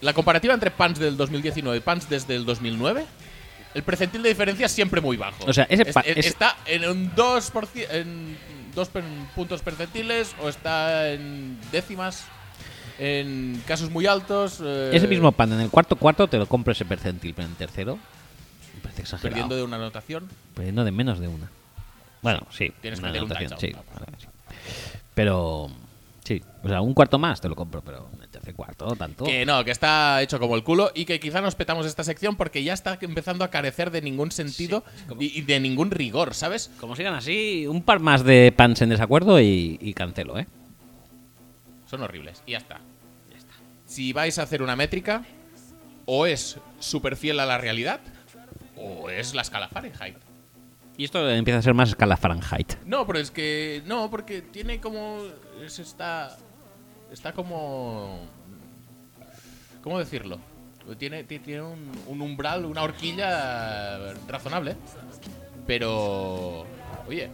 La comparativa entre pans del 2019 y pans desde el 2009, el percentil de diferencia es siempre muy bajo. O sea, ese Es- pa- es- ese- está en un 2%, en dos pen- puntos percentiles o está en décimas, en casos muy altos. eh, Ese mismo pan en el cuarto cuarto te lo compro ese percentil, pero en el tercero. Me parece exagerado. Perdiendo de una anotación. Perdiendo de menos de una. Bueno, sí. Tienes una que meter un anotación, touchdown. sí, vale, sí. Pero. Sí. O sea, un cuarto más te lo compro, pero en el tercer cuarto, tanto. Que no, que está hecho como el culo y que quizá nos petamos esta sección porque ya está empezando a carecer de ningún sentido y- y de ningún rigor, ¿sabes? Como sigan así, un par más de pans en desacuerdo y, y cancelo, ¿eh? Son horribles. Y ya está. Si vais a hacer una métrica, o es súper fiel a la realidad o es la escala Fahrenheit. Y esto empieza a ser más escala Fahrenheit. No, pero es que. No, porque tiene como. Es, está. Está como. ¿Cómo decirlo? Tiene, ti- tiene un, un umbral, una horquilla razonable. Pero. Oye.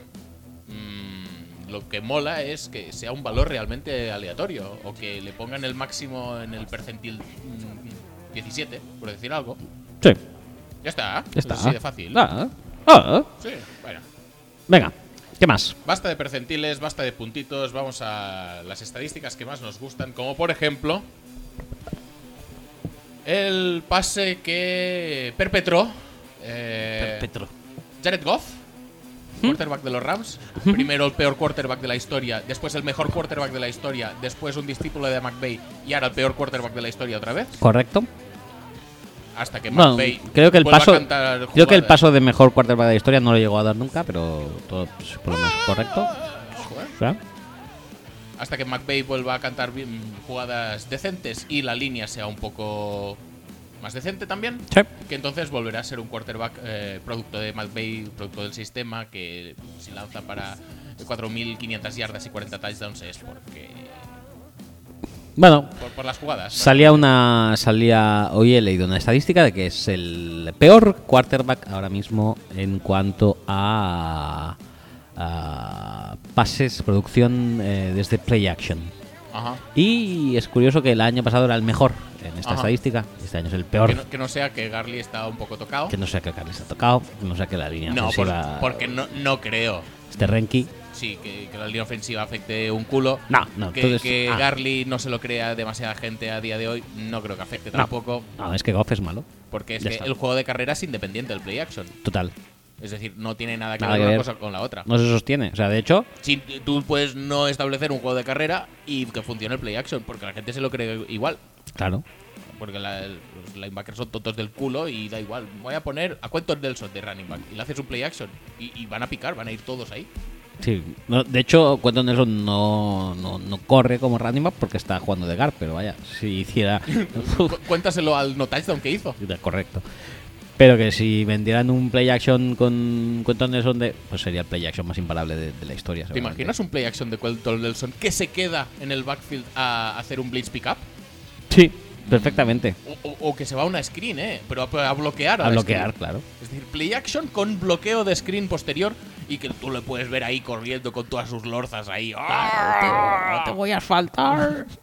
mm, lo que mola es que sea un valor realmente aleatorio. O que le pongan el máximo en el percentil mm, 17, por decir algo. Sí, Ya está. ya está. Así de fácil. Ah, ah. Sí, bueno. Venga, ¿qué más? Basta de percentiles, basta de puntitos, vamos a las estadísticas que más nos gustan, como por ejemplo el pase que perpetró eh, Jared Goff, ¿Mm? quarterback de los Rams. Primero el peor quarterback de la historia, después el mejor quarterback de la historia, después un discípulo de McVay y ahora el peor quarterback de la historia otra vez. Correcto. Hasta que Bueno, McVay creo que el vuelva a paso cantar creo que el jugadas. paso de mejor quarterback de la historia no lo llegó a dar nunca, pero todo pues, por lo menos correcto. Joder. ¿verdad? hasta que McVeigh vuelva a cantar bien jugadas decentes y la línea sea un poco más decente también, Sí. que entonces volverá a ser un quarterback eh, producto de McVeigh, producto del sistema, que si lanza para 4.500 yardas y 40 touchdowns es porque... Bueno, Por, por las jugadas. salía una salía hoy he leído una estadística de que es el peor quarterback ahora mismo en cuanto a, a pases, producción eh, desde play action. Ajá. Y es curioso que el año pasado era el mejor en esta Ajá. estadística, este año es el Que peor. no, que no sea que Garly está un poco tocado. Que no sea que Carles ha tocado, que no sea que la línea No, por- ofensiva porque no, no creo. este Renki Sí, que, que la línea ofensiva afecte un culo. No, no, Que, entonces- que ah. Garly no se lo crea demasiada gente a día de hoy. No creo que afecte No. tampoco. No, es que Goff es malo. Porque es Ya que está. el juego de carrera es independiente del play action. Total. Es decir, no tiene nada que Nada ver que una ver. cosa con la otra. No se sostiene. O sea, de hecho, Si tú puedes no establecer un juego de carrera y que funcione el play action, porque la gente se lo cree igual. claro. Porque la, los linebackers son tontos del culo y da igual. Voy a poner a Quentin Nelson de running back y le haces un play action y, y van a picar, van a ir todos ahí. Sí. No, de hecho, Quentin Nelson no, no, no corre como running back porque está jugando de guard, pero vaya, si hiciera... Cu- Cuéntaselo al no touchdown que hizo. Correcto. Pero que si vendieran un play action con Quentin Nelson, de, pues sería el play action más imparable de, de la historia. ¿Te imaginas un play action de Quentin Nelson que se queda en el backfield a hacer un blitz pickup? Sí, perfectamente. O, o- o que se va a una screen, ¿eh? Pero a, a bloquear. A la bloquear, screen. claro. Es decir, play action con bloqueo de screen posterior y que tú le puedes ver ahí corriendo con todas sus lorzas ahí. ¡Ah! voy a faltar.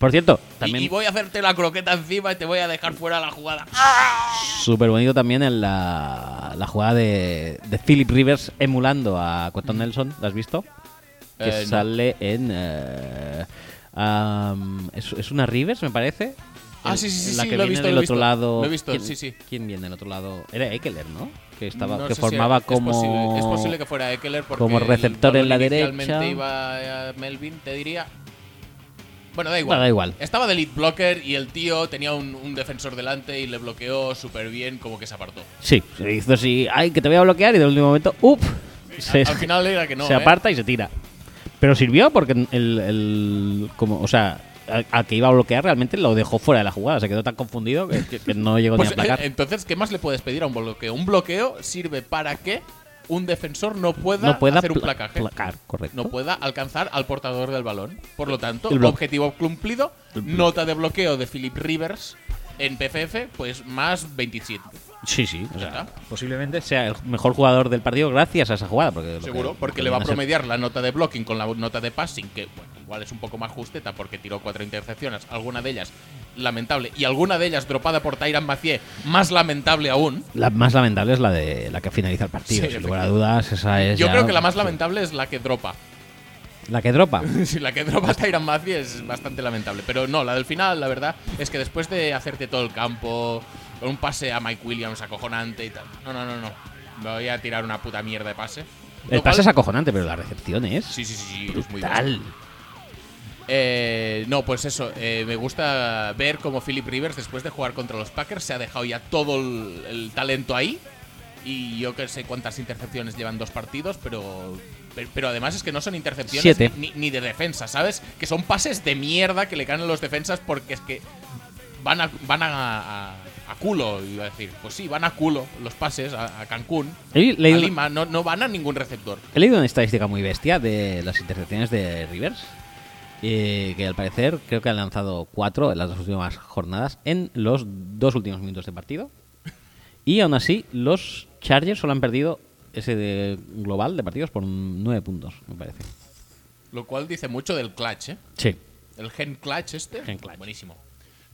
Por cierto, Y, también... y voy a hacerte la croqueta encima y te voy a dejar fuera la jugada. Ah. Súper bonito también en la, la jugada de, de Philip Rivers emulando a Quentin Nelson, ¿la has visto? Que Mm. Eh, no. sale en... eh, am, es, es una Rivers, me parece. Ah, El- sí, sí, sí, La sí, que lo he viene visto, del lo he otro visto. lado... Lo he visto, ¿Quién- sí, sí. ¿Quién viene del otro lado? Era Eckler, ¿no? Que, estaba, No que sé si formaba es como... posible- Es posible que fuera Eckler porque como el receptor en balón la inicialmente derecha. iba a Melvin, te diría. Bueno, da igual. Bueno, da igual. Estaba de lead blocker y el tío tenía un, un defensor delante y le bloqueó súper bien, como que se apartó. Sí, se hizo así, ay, que te voy a bloquear y de último momento, ¡up! Se- Al final era que no. se ¿eh? aparta y se tira. Pero sirvió porque el, el- como, o sea, al, al que iba a bloquear realmente lo dejó fuera de la jugada. Se quedó tan confundido que, que- que no llegó Pues, ni a placar. eh, entonces, ¿qué más le puedes pedir a un bloqueo? Un bloqueo sirve para que un defensor no pueda, no pueda hacer un pla- placaje. placar, correcto. no pueda alcanzar al portador del balón. Por lo tanto, El blo- objetivo cumplido, nota de bloqueo de Philip Rivers en PFF, pues más 27. sí, sí. o sea, ¿Verdad? posiblemente sea el mejor jugador del partido gracias a esa jugada. Porque lo que- Seguro, lo porque que le va a viene ser- promediar la nota de blocking con la nota de passing, que bueno, igual es un poco más justeta porque tiró cuatro intercepciones, alguna de ellas lamentable, y alguna de ellas dropada por Tyran Macié, más lamentable aún. La más lamentable es la de la que finaliza el partido. Sí, sin lugar a dudas, esa es. Yo ya- creo que la más lamentable es la que dropa. La que dropa. Si la que dropa Tyran Matthew es bastante lamentable. Pero no, la del final, la verdad, es que después de hacerte todo el campo, con un pase a Mike Williams acojonante y tal. No, no, no, no. Me voy a tirar una puta mierda de pase. El Lo cual- pase es acojonante, pero la recepción es. Sí, sí, sí, sí, es muy tal. bestia. Eh, no, pues eso, eh, me gusta ver cómo Philip Rivers, después de jugar contra los Packers, se ha dejado ya todo el, el talento ahí. Y yo que sé cuántas intercepciones llevan dos partidos, pero. Pero, pero además es que no son intercepciones Siete. Ni, ni de defensa, ¿sabes? Que son pases de mierda que le ganan los defensas porque es que van a, van a, a- a culo, iba a decir. Pues sí, van a culo los pases a, a Cancún, He a leído, Lima, no, no van a ningún receptor. he leído una estadística muy bestia de las intercepciones de Rivers. eh, que al parecer creo que han lanzado cuatro en las dos últimas jornadas en los dos últimos minutos de partido. Y aún así, los Chargers solo han perdido ese de- global de partidos por nueve puntos, me parece. Lo cual dice mucho del clutch, ¿eh? Sí. El Gen Clutch este. Gen Clutch. Buenísimo.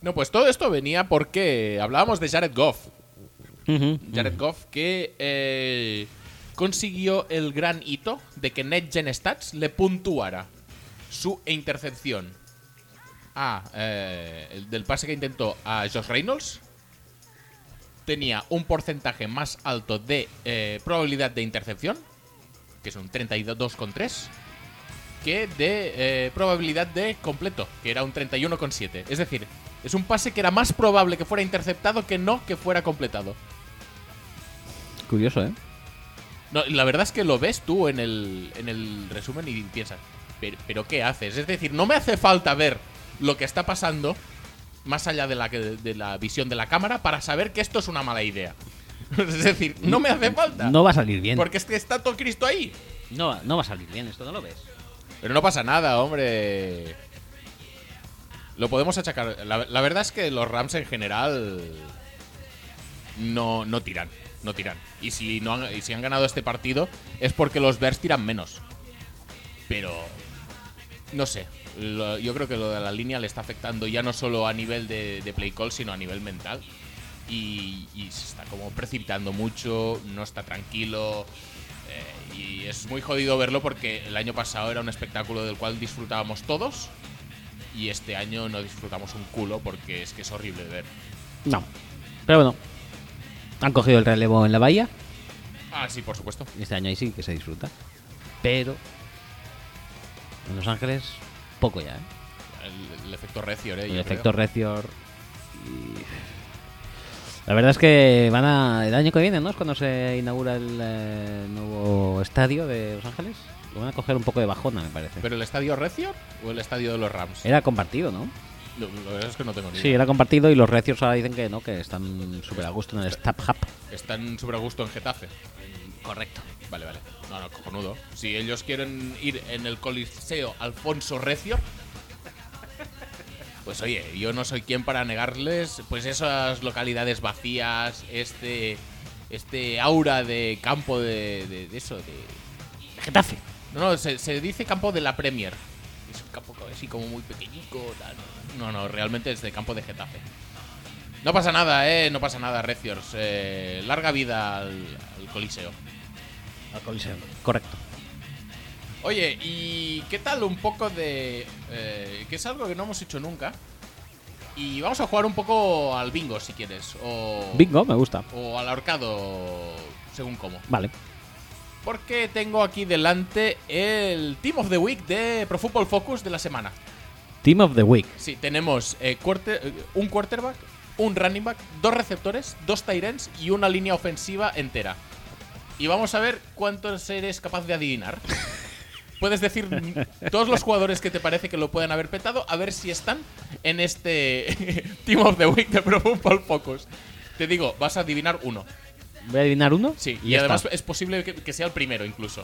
No, pues todo esto venía porque hablábamos de Jared Goff. Jared Goff que eh, consiguió el gran hito de que NetGen Stats le puntuara su intercepción a, eh, el del pase que intentó a Josh Reynolds. Tenía un porcentaje más alto de eh, probabilidad de intercepción, que es un 32,3 que de eh, probabilidad de completo, que era un 31,7. Es decir, es un pase que era más probable que fuera interceptado que no que fuera completado. Curioso, ¿eh? No, la verdad es que lo ves tú en el, en el resumen y piensas, ¿pero, pero qué haces? Es decir, no me hace falta ver lo que está pasando más allá de la, que- de la visión de la cámara para saber que esto es una mala idea. es decir, no me hace falta. No va a salir bien. Porque es que está todo Cristo ahí. No, va- no va a salir bien, esto no lo ves. Pero no pasa nada, hombre. Lo podemos achacar. La, la verdad es que los Rams en general no, no tiran. No tiran. Y si, no han, y si han ganado este partido es porque los Bears tiran menos. Pero... No sé. Lo- yo creo que lo de la línea le está afectando ya no solo a nivel de, de play call, sino a nivel mental. Y, y se está como precipitando mucho, no está tranquilo. Eh, y es muy jodido verlo porque el año pasado era un espectáculo del cual disfrutábamos todos y este año no disfrutamos un culo porque es que es horrible de ver. No. Pero bueno, han cogido el relevo en la bahía. Ah, sí, por supuesto. Este año ahí sí que se disfruta. Pero en Los Ángeles, poco ya, ¿eh? El, el efecto recio, ¿eh? El yo efecto creo. Recior. La verdad es que van a. El año que viene, ¿no? Es cuando se inaugura el eh, nuevo estadio de Los Ángeles. Lo van a coger un poco de bajona, me parece. ¿Pero el estadio recio o el estadio de los Rams? Era compartido, ¿no? No, la verdad es que no tengo ni Sí, idea. era compartido y los recios ahora dicen que no, que están súper a gusto en el Stab Hub. Están súper a gusto en Getafe. Correcto. Vale, vale. No, no, cojonudo. Si ellos quieren ir en el Coliseo Alfonso Recio, pues oye, yo no soy quien para negarles pues esas localidades vacías, este este aura de campo de, de- de eso, de... Getafe. No, no, se, se dice campo de la Premier. Es un campo así como muy pequeñico. tal. No, no, realmente es de campo de Getafe. No pasa nada, eh, no pasa nada, Reciors. Eh, larga vida al- al Coliseo. Correcto. Oye, ¿y qué tal un poco de... eh, que es algo que no hemos hecho nunca. Y vamos a jugar un poco al bingo, si quieres. O, Bingo, me gusta. O al ahorcado, según cómo. Vale. Porque tengo aquí delante el Team of the Week de Pro Football Focus de la semana. Team of the Week. Sí, tenemos eh, quarter- eh, un quarterback, un running back, dos receptores, dos tight ends y una línea ofensiva entera. Y vamos a ver cuántos eres capaz de adivinar. Puedes decir mm, todos los jugadores que te parece que lo pueden haber petado, a ver si están en este Team of the Week de Pro Football Focus. Te digo, vas a adivinar uno. Voy a adivinar uno. Sí, Y y, ya además está. es posible que, que sea el primero incluso.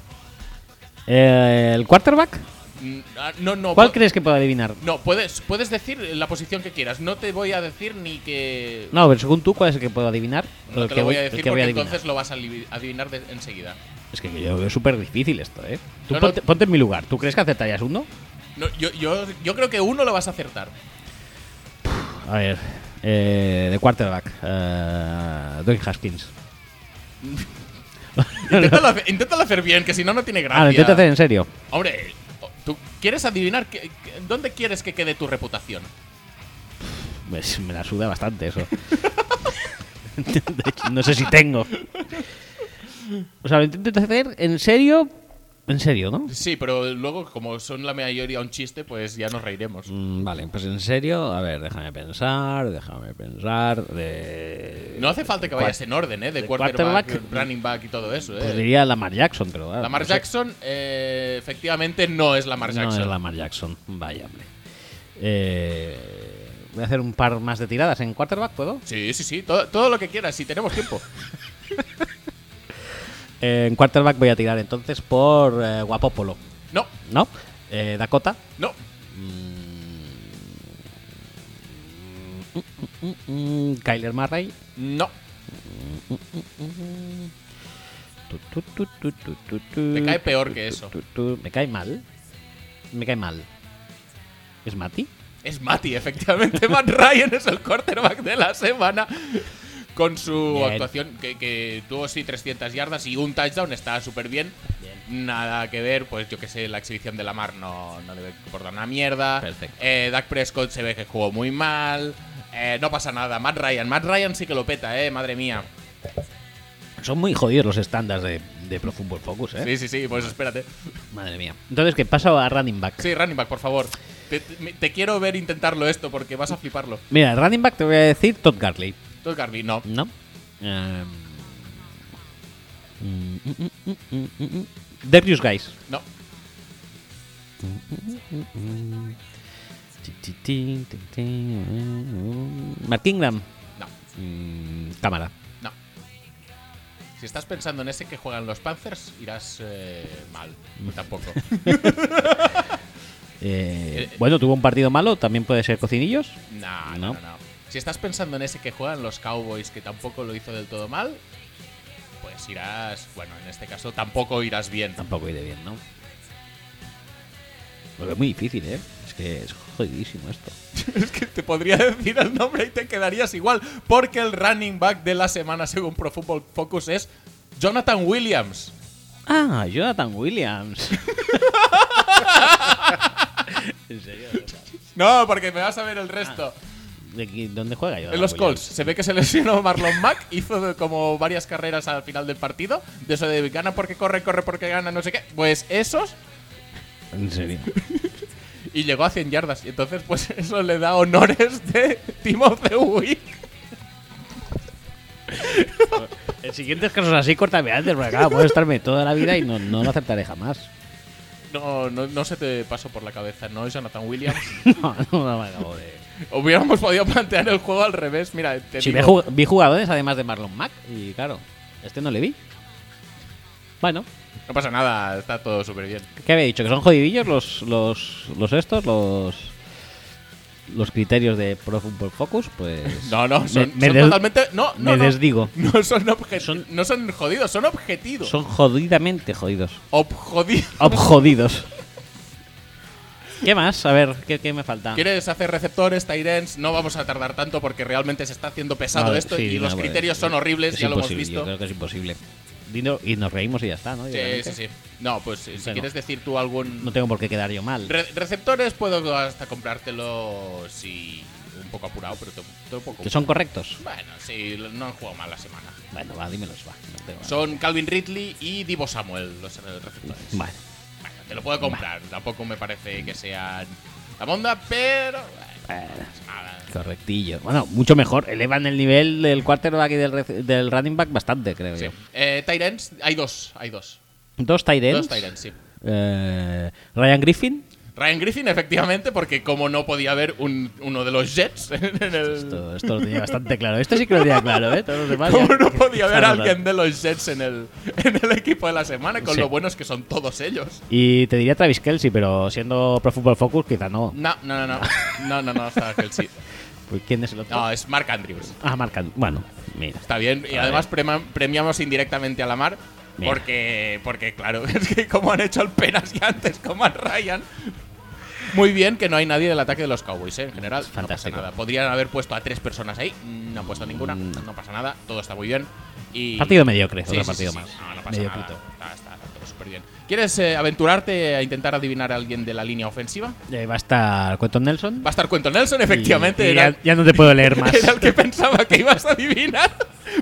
Eh, ¿El quarterback? Mm, ah, No, no. ¿Cuál pu- crees que puedo adivinar? No, puedes, puedes decir la posición que quieras. No te voy a decir ni que. No, pero según tú, ¿cuál es el que puedo adivinar? No El te que lo voy a el decir que voy porque a adivinar. entonces lo vas a li- adivinar de- enseguida. Es que yo veo súper difícil esto, ¿eh? Tú No, no. ponte, ponte en mi lugar. ¿Tú crees que aceptarías uno? No, yo, yo, yo creo que uno lo vas a acertar. A ver, eh, de quarterback. Eh, Dwayne Haskins. Inténtalo, hacer- inténtalo hacer bien, que si no, no tiene gracia. Ah, lo intento hacer en serio. Hombre, ¿tú quieres adivinar qué- qué- dónde quieres que quede tu reputación? Pues me la suda bastante eso. De hecho, no sé si tengo. O sea, lo intento hacer en serio. En serio, ¿no? Sí, pero luego, como son la mayoría un chiste, pues ya nos reiremos. Mm, Vale, pues en serio, a ver, déjame pensar, déjame pensar. De... No hace falta que vayas en orden, ¿eh? De, de quarterback, quarterback. running back y todo eso, Pues ¿eh? diría Lamar Jackson, pero. claro, Lamar no sé. Jackson, eh, efectivamente, no es Lamar No Jackson. es Lamar Jackson, vaya hombre. Eh, Voy a hacer un par más de tiradas en quarterback, ¿puedo? Sí, sí, sí, todo, todo lo que quieras, si tenemos tiempo. Eh, en quarterback voy a tirar entonces por eh, Guapopolo, No, ¿no? Eh, Dakota. no. Mm, mm, Kyler Murray. No, Tu, tu, tu, tu, tu, tu, tu, Me cae tu, peor tu, que tu, eso. tu, tu. Me cae mal. Me cae mal. ¿Es Mati? es Mati, efectivamente. Matt Ryan es el quarterback de la semana. Con su Bien. actuación, que, que tuvo sí 300 yardas y un touchdown, está súper bien. Nada que ver, pues yo que sé, la exhibición de Lamar no, no debe importar una mierda. Perfecto. Eh, Dak Prescott se ve que jugó muy mal. Eh, no pasa nada. Matt Ryan, Matt Ryan sí que lo peta, eh, madre mía. Son muy jodidos los estándares de, de Pro Football Focus, ¿eh? Sí, sí, sí, pues espérate. Madre mía. Entonces, ¿qué pasa a running back? Sí, running back, por favor. Te, te- te quiero ver intentarlo esto porque vas a fliparlo. Mira, running back te voy a decir Todd Garley, Todd Garvey, no. ¿no? Em, mm, mm, mm, mm, mm, mm. Darius Guys. No, Martin Graham. no, eh. Mm, Cámara. no. Si estás pensando en ese que juegan los Panthers, irás eh, mal. Tampoco. Eh, Eh, bueno, tuvo un partido malo, también puede ser Cocinillos. No, No. no, no, no. Si estás pensando en ese que juegan los Cowboys, que tampoco lo hizo del todo mal, pues irás. Bueno, en este caso tampoco irás bien. Tampoco iré bien, ¿no? Porque es muy difícil, ¿eh? Es que es jodidísimo esto. Es que te podría decir el nombre y te quedarías igual, porque el running back de la semana, según Pro Football Focus, es Jonathan Williams. Ah, Jonathan Williams. ¿En serio? No, porque me vas a ver el resto. ¿De aquí- ¿Dónde juega Jonathan En los Colts Williams? se ve que se lesionó Marlon Mack, hizo de- como varias carreras al final del partido, de eso de gana porque corre, corre porque gana, no sé qué. Pues esos, En serio. y llegó a 100 yardas. Y entonces, pues eso le da honores de Team of the Week. En siguientes casos así, córtame antes, porque claro, puedo estarme toda la vida y no, no lo aceptaré jamás. No, no, no se te pasó por la cabeza, ¿no, Jonathan Williams? No, no me acabo de... Hubiéramos podido plantear el juego al revés. Mira, te Sí, digo- ve jug- vi jugadores además de Marlon Mack y claro, este no le vi. Bueno, No pasa nada, está todo súper bien. ¿qué había dicho? ¿Que son jodidillos los, los, los estos? ¿Los los criterios de Pro Football Focus? Pues... No, no, me- son, me son des- totalmente. No, no. me no. desdigo. No son, obje- Son- no son jodidos, son objetivos. Son jodidamente jodidos. Objodidos. Objodidos. ¿Qué más? A ver, ¿qué, qué me falta? ¿Quieres hacer receptores, Tyrens? No vamos a tardar tanto porque realmente se está haciendo pesado No, esto sí, y no, los vale. criterios son horribles, Es ya lo hemos imposible, Yo visto. creo que es imposible. Dino- y nos reímos y ya está, ¿no? Sí, Directamente. sí, sí. No, pues eh, si Bueno. quieres decir tú algún. No tengo por qué quedar yo mal. Re- receptores puedo hasta comprártelo si. un poco apurado, pero te, te lo puedo ¿Que comprar. son correctos? Bueno, sí, lo- no han jugado mal la semana. Bueno, va, dímelos, va. no tengo- Son Calvin Ridley y Divo Samuel, los eh, receptores. Vale. Bueno, te lo puedo comprar, tampoco me parece que sean la monda, pero. bueno, no pasa nada. Correctillo. Bueno, mucho mejor. Elevan el nivel del quarterback y del, rec- del running back bastante, creo Sí. yo. Eh, tight ends, hay dos, hay dos. Dos tight ends. Dos tight ends, sí. Eh, Ryan Griffin. Ryan Griffin, efectivamente, porque como no podía haber un- uno de los Jets en el. Esto, esto lo tenía bastante claro. Esto sí que lo tenía claro, ¿eh? Todos los demás Como ya- no podía haber Claro, alguien de los Jets en el, en el equipo de la semana, con Sí. lo buenos que son todos ellos. Y te diría Travis Kelsey, pero siendo Pro Football Focus, quizá no. No, no, no, no. No, no, no, está Kelsey. Pues, ¿Quién es el otro? No, es Mark Andrews. Ah, marcando. Bueno, mira. Está bien, y además prema- premiamos indirectamente a Lamar. Bien. Porque, porque, claro, es que como han hecho el penas y antes como a Ryan. Muy bien que no hay nadie del ataque de los Cowboys, ¿eh? en general. Fantástico. No pasa nada. Podrían haber puesto a tres personas ahí. No han puesto ninguna. No pasa nada. Todo está muy bien. Y Mm. Partido mediocre, Sí, otro sí, partido sí, más. sí. No, no pasa Medio nada. pito. Está, está- está todo súper bien. ¿Quieres eh, aventurarte a intentar adivinar a alguien de la línea ofensiva? Eh, va a estar Quentin Nelson. Va a estar Cuento Nelson, efectivamente. Y- y era- ya, ya no te puedo leer más. Era el que pensaba que ibas a adivinar,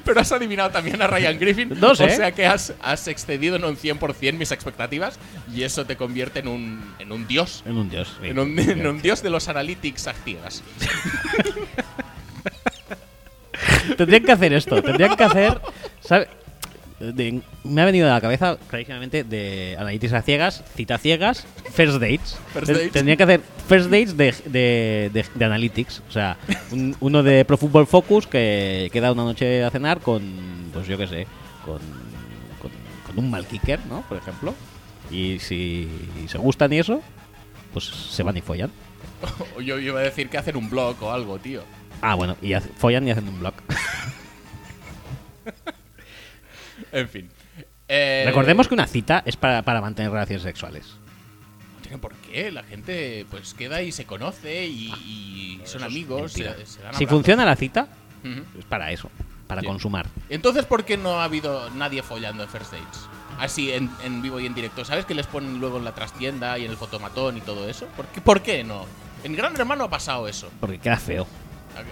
pero has adivinado también a Ryan Griffin. No sé. O sea que has, has excedido en un 100% mis expectativas y eso te convierte en un, en un dios. En un dios. sí. En un, en un dios de los analytics a ciegas. Tendrían que hacer esto. Tendrían que hacer. ¿sabe? de- me ha venido a la cabeza clarísimamente de Analitis a ciegas, cita ciegas, first dates. First Ten- dates. Tendría que hacer first dates de, de, de- de Analytics. O sea, un- uno de Pro Football Focus que queda una noche a cenar con, pues yo qué sé, con, con, con un mal kicker, ¿no? Por ejemplo. Y si se gustan y eso, pues se van y follan. O Yo iba a decir que hacen un blog o algo, tío. Ah, bueno, y hace- follan y hacen un blog. En fin. Eh, Recordemos que una cita es para, para mantener relaciones sexuales. No tiene por qué. La gente pues queda y se conoce y, y son amigos. Ah, Mentira. se- se dan si abrazos. funciona la cita, Ujú. es para eso, para Sí. consumar. Entonces, ¿por qué no ha habido nadie follando en First Dates? Así, en, en vivo y en directo. ¿Sabes que les ponen luego en la trastienda y en el fotomatón y todo eso? ¿Por qué, por qué no? En Gran Hermano ha pasado eso. Porque queda feo.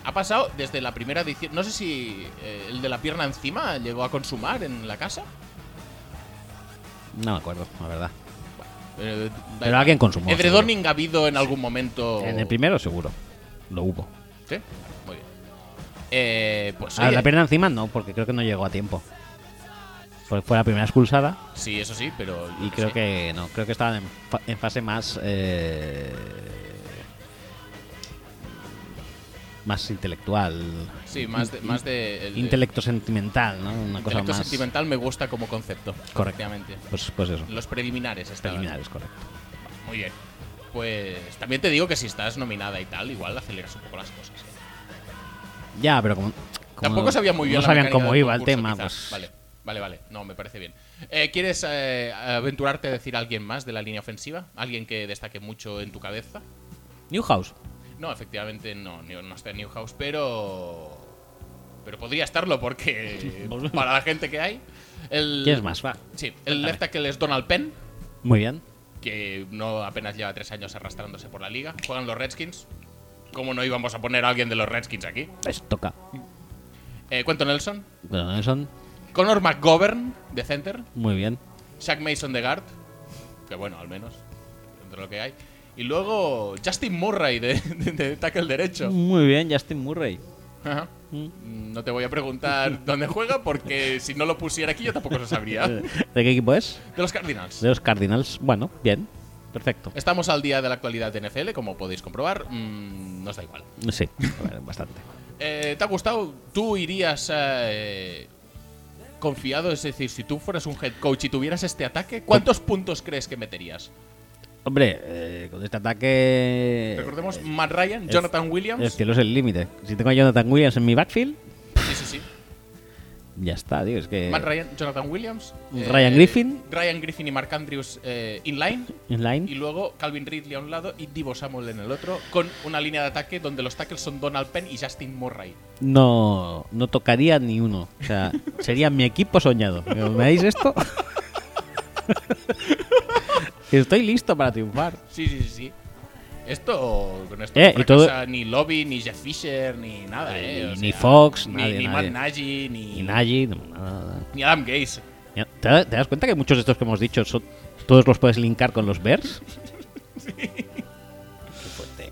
Ha ha pasado desde la primera edición. No sé si eh, el de la pierna encima llegó a consumar en la casa. No me acuerdo, la verdad. Eh, Pero alguien consumó, Edredón seguro. ingabido en algún momento. En el primero seguro. Lo hubo. Sí, muy bien. Eh, pues Ahora, oye, Ah, la pierna encima no, porque creo que no llegó a tiempo. Fue, fue la primera expulsada sí, eso sí, pero. yo y qué creo sé. que no, creo que estaban en, fa- en fase más eh, más intelectual, Sí, más de. Más de el- intelecto sentimental, ¿no? Una cosa intelecto más sentimental me gusta como concepto. Correcto. efectivamente. Pues, pues eso. Los preliminares estaban. Preliminares, correcto. Muy bien. Pues también te digo que si estás nominada y tal, igual aceleras un poco las cosas. ¿eh? Ya, pero como, como Tampoco sabía muy bien. No la sabían mecánica cómo del iba el concurso, tema, quizá. pues Vale, vale, vale. No, me parece bien. Eh, ¿Quieres eh, aventurarte a decir a alguien más de la línea ofensiva? ¿Alguien que destaque mucho en tu cabeza? Newhouse. No, efectivamente no, ni- no está en Newhouse, pero. Pero podría estarlo porque. para la gente que hay. El, ¿Quién es más? Va. Sí, el left tackle es Donald Penn, Muy bien. que no apenas lleva tres años arrastrándose por la liga. Juegan los Redskins. ¿Cómo no íbamos a poner a alguien de los Redskins aquí? Pues toca. Eh, Cuento Nelson. Pero Nelson, Connor McGovern, de center. muy bien. Shaq Mason de guard. Que bueno, al menos. Dentro de lo que hay. Y luego Justin Murray de, de- de tackle derecho. Muy bien, Justin Murray. Ajá. Mm, No te voy a preguntar dónde juega porque si no lo pusiera aquí yo tampoco lo sabría. Eh, ¿De De qué equipo es? los Cardinals. De los Cardinals. Bueno, bien. Perfecto. Estamos al día de la actualidad de NFL, como podéis comprobar. Mm, nos da igual. Sí, a ver, bastante. Eh, ¿Te ha gustado? ¿Tú irías eh, confiado? Es decir, si tú fueras un head coach y tuvieras este ataque, ¿cuántos puntos crees que meterías? Hombre, eh, con este ataque. Recordemos Matt Ryan, Eh, es- Jonathan El Williams. cielo es el límite. Si tengo a Jonathan Williams en mi backfield, Sí, sí, sí. ya está, tío. Es que. Matt Ryan, Jonathan Williams. eh, eh, Ryan Griffin. Ryan Griffin y Mark Andrews eh, inline. Y Inline. luego Calvin Ridley a un lado y Divo Samuel en el otro, con una línea de ataque donde los tackles son Donald Penn y Justin Murray. No, no tocaría ni uno. O sea, sería mi equipo soñado. ¿Veis esto? Estoy listo para triunfar. Sí, sí, sí, sí. Esto, con esto Eh, no y todo- fracasa ni Lobby, ni Jeff Fisher, ni nada, Ni- eh. o ni Fox, ni, nadie, ni nadie. Matt Nagy, ni, Y Nagy, no, nada, nada. ni Adam Gaze. Mira, ¿Te, da- te das cuenta que muchos de estos que hemos dicho son- todos los puedes linkar con los Bears? Qué fuerte.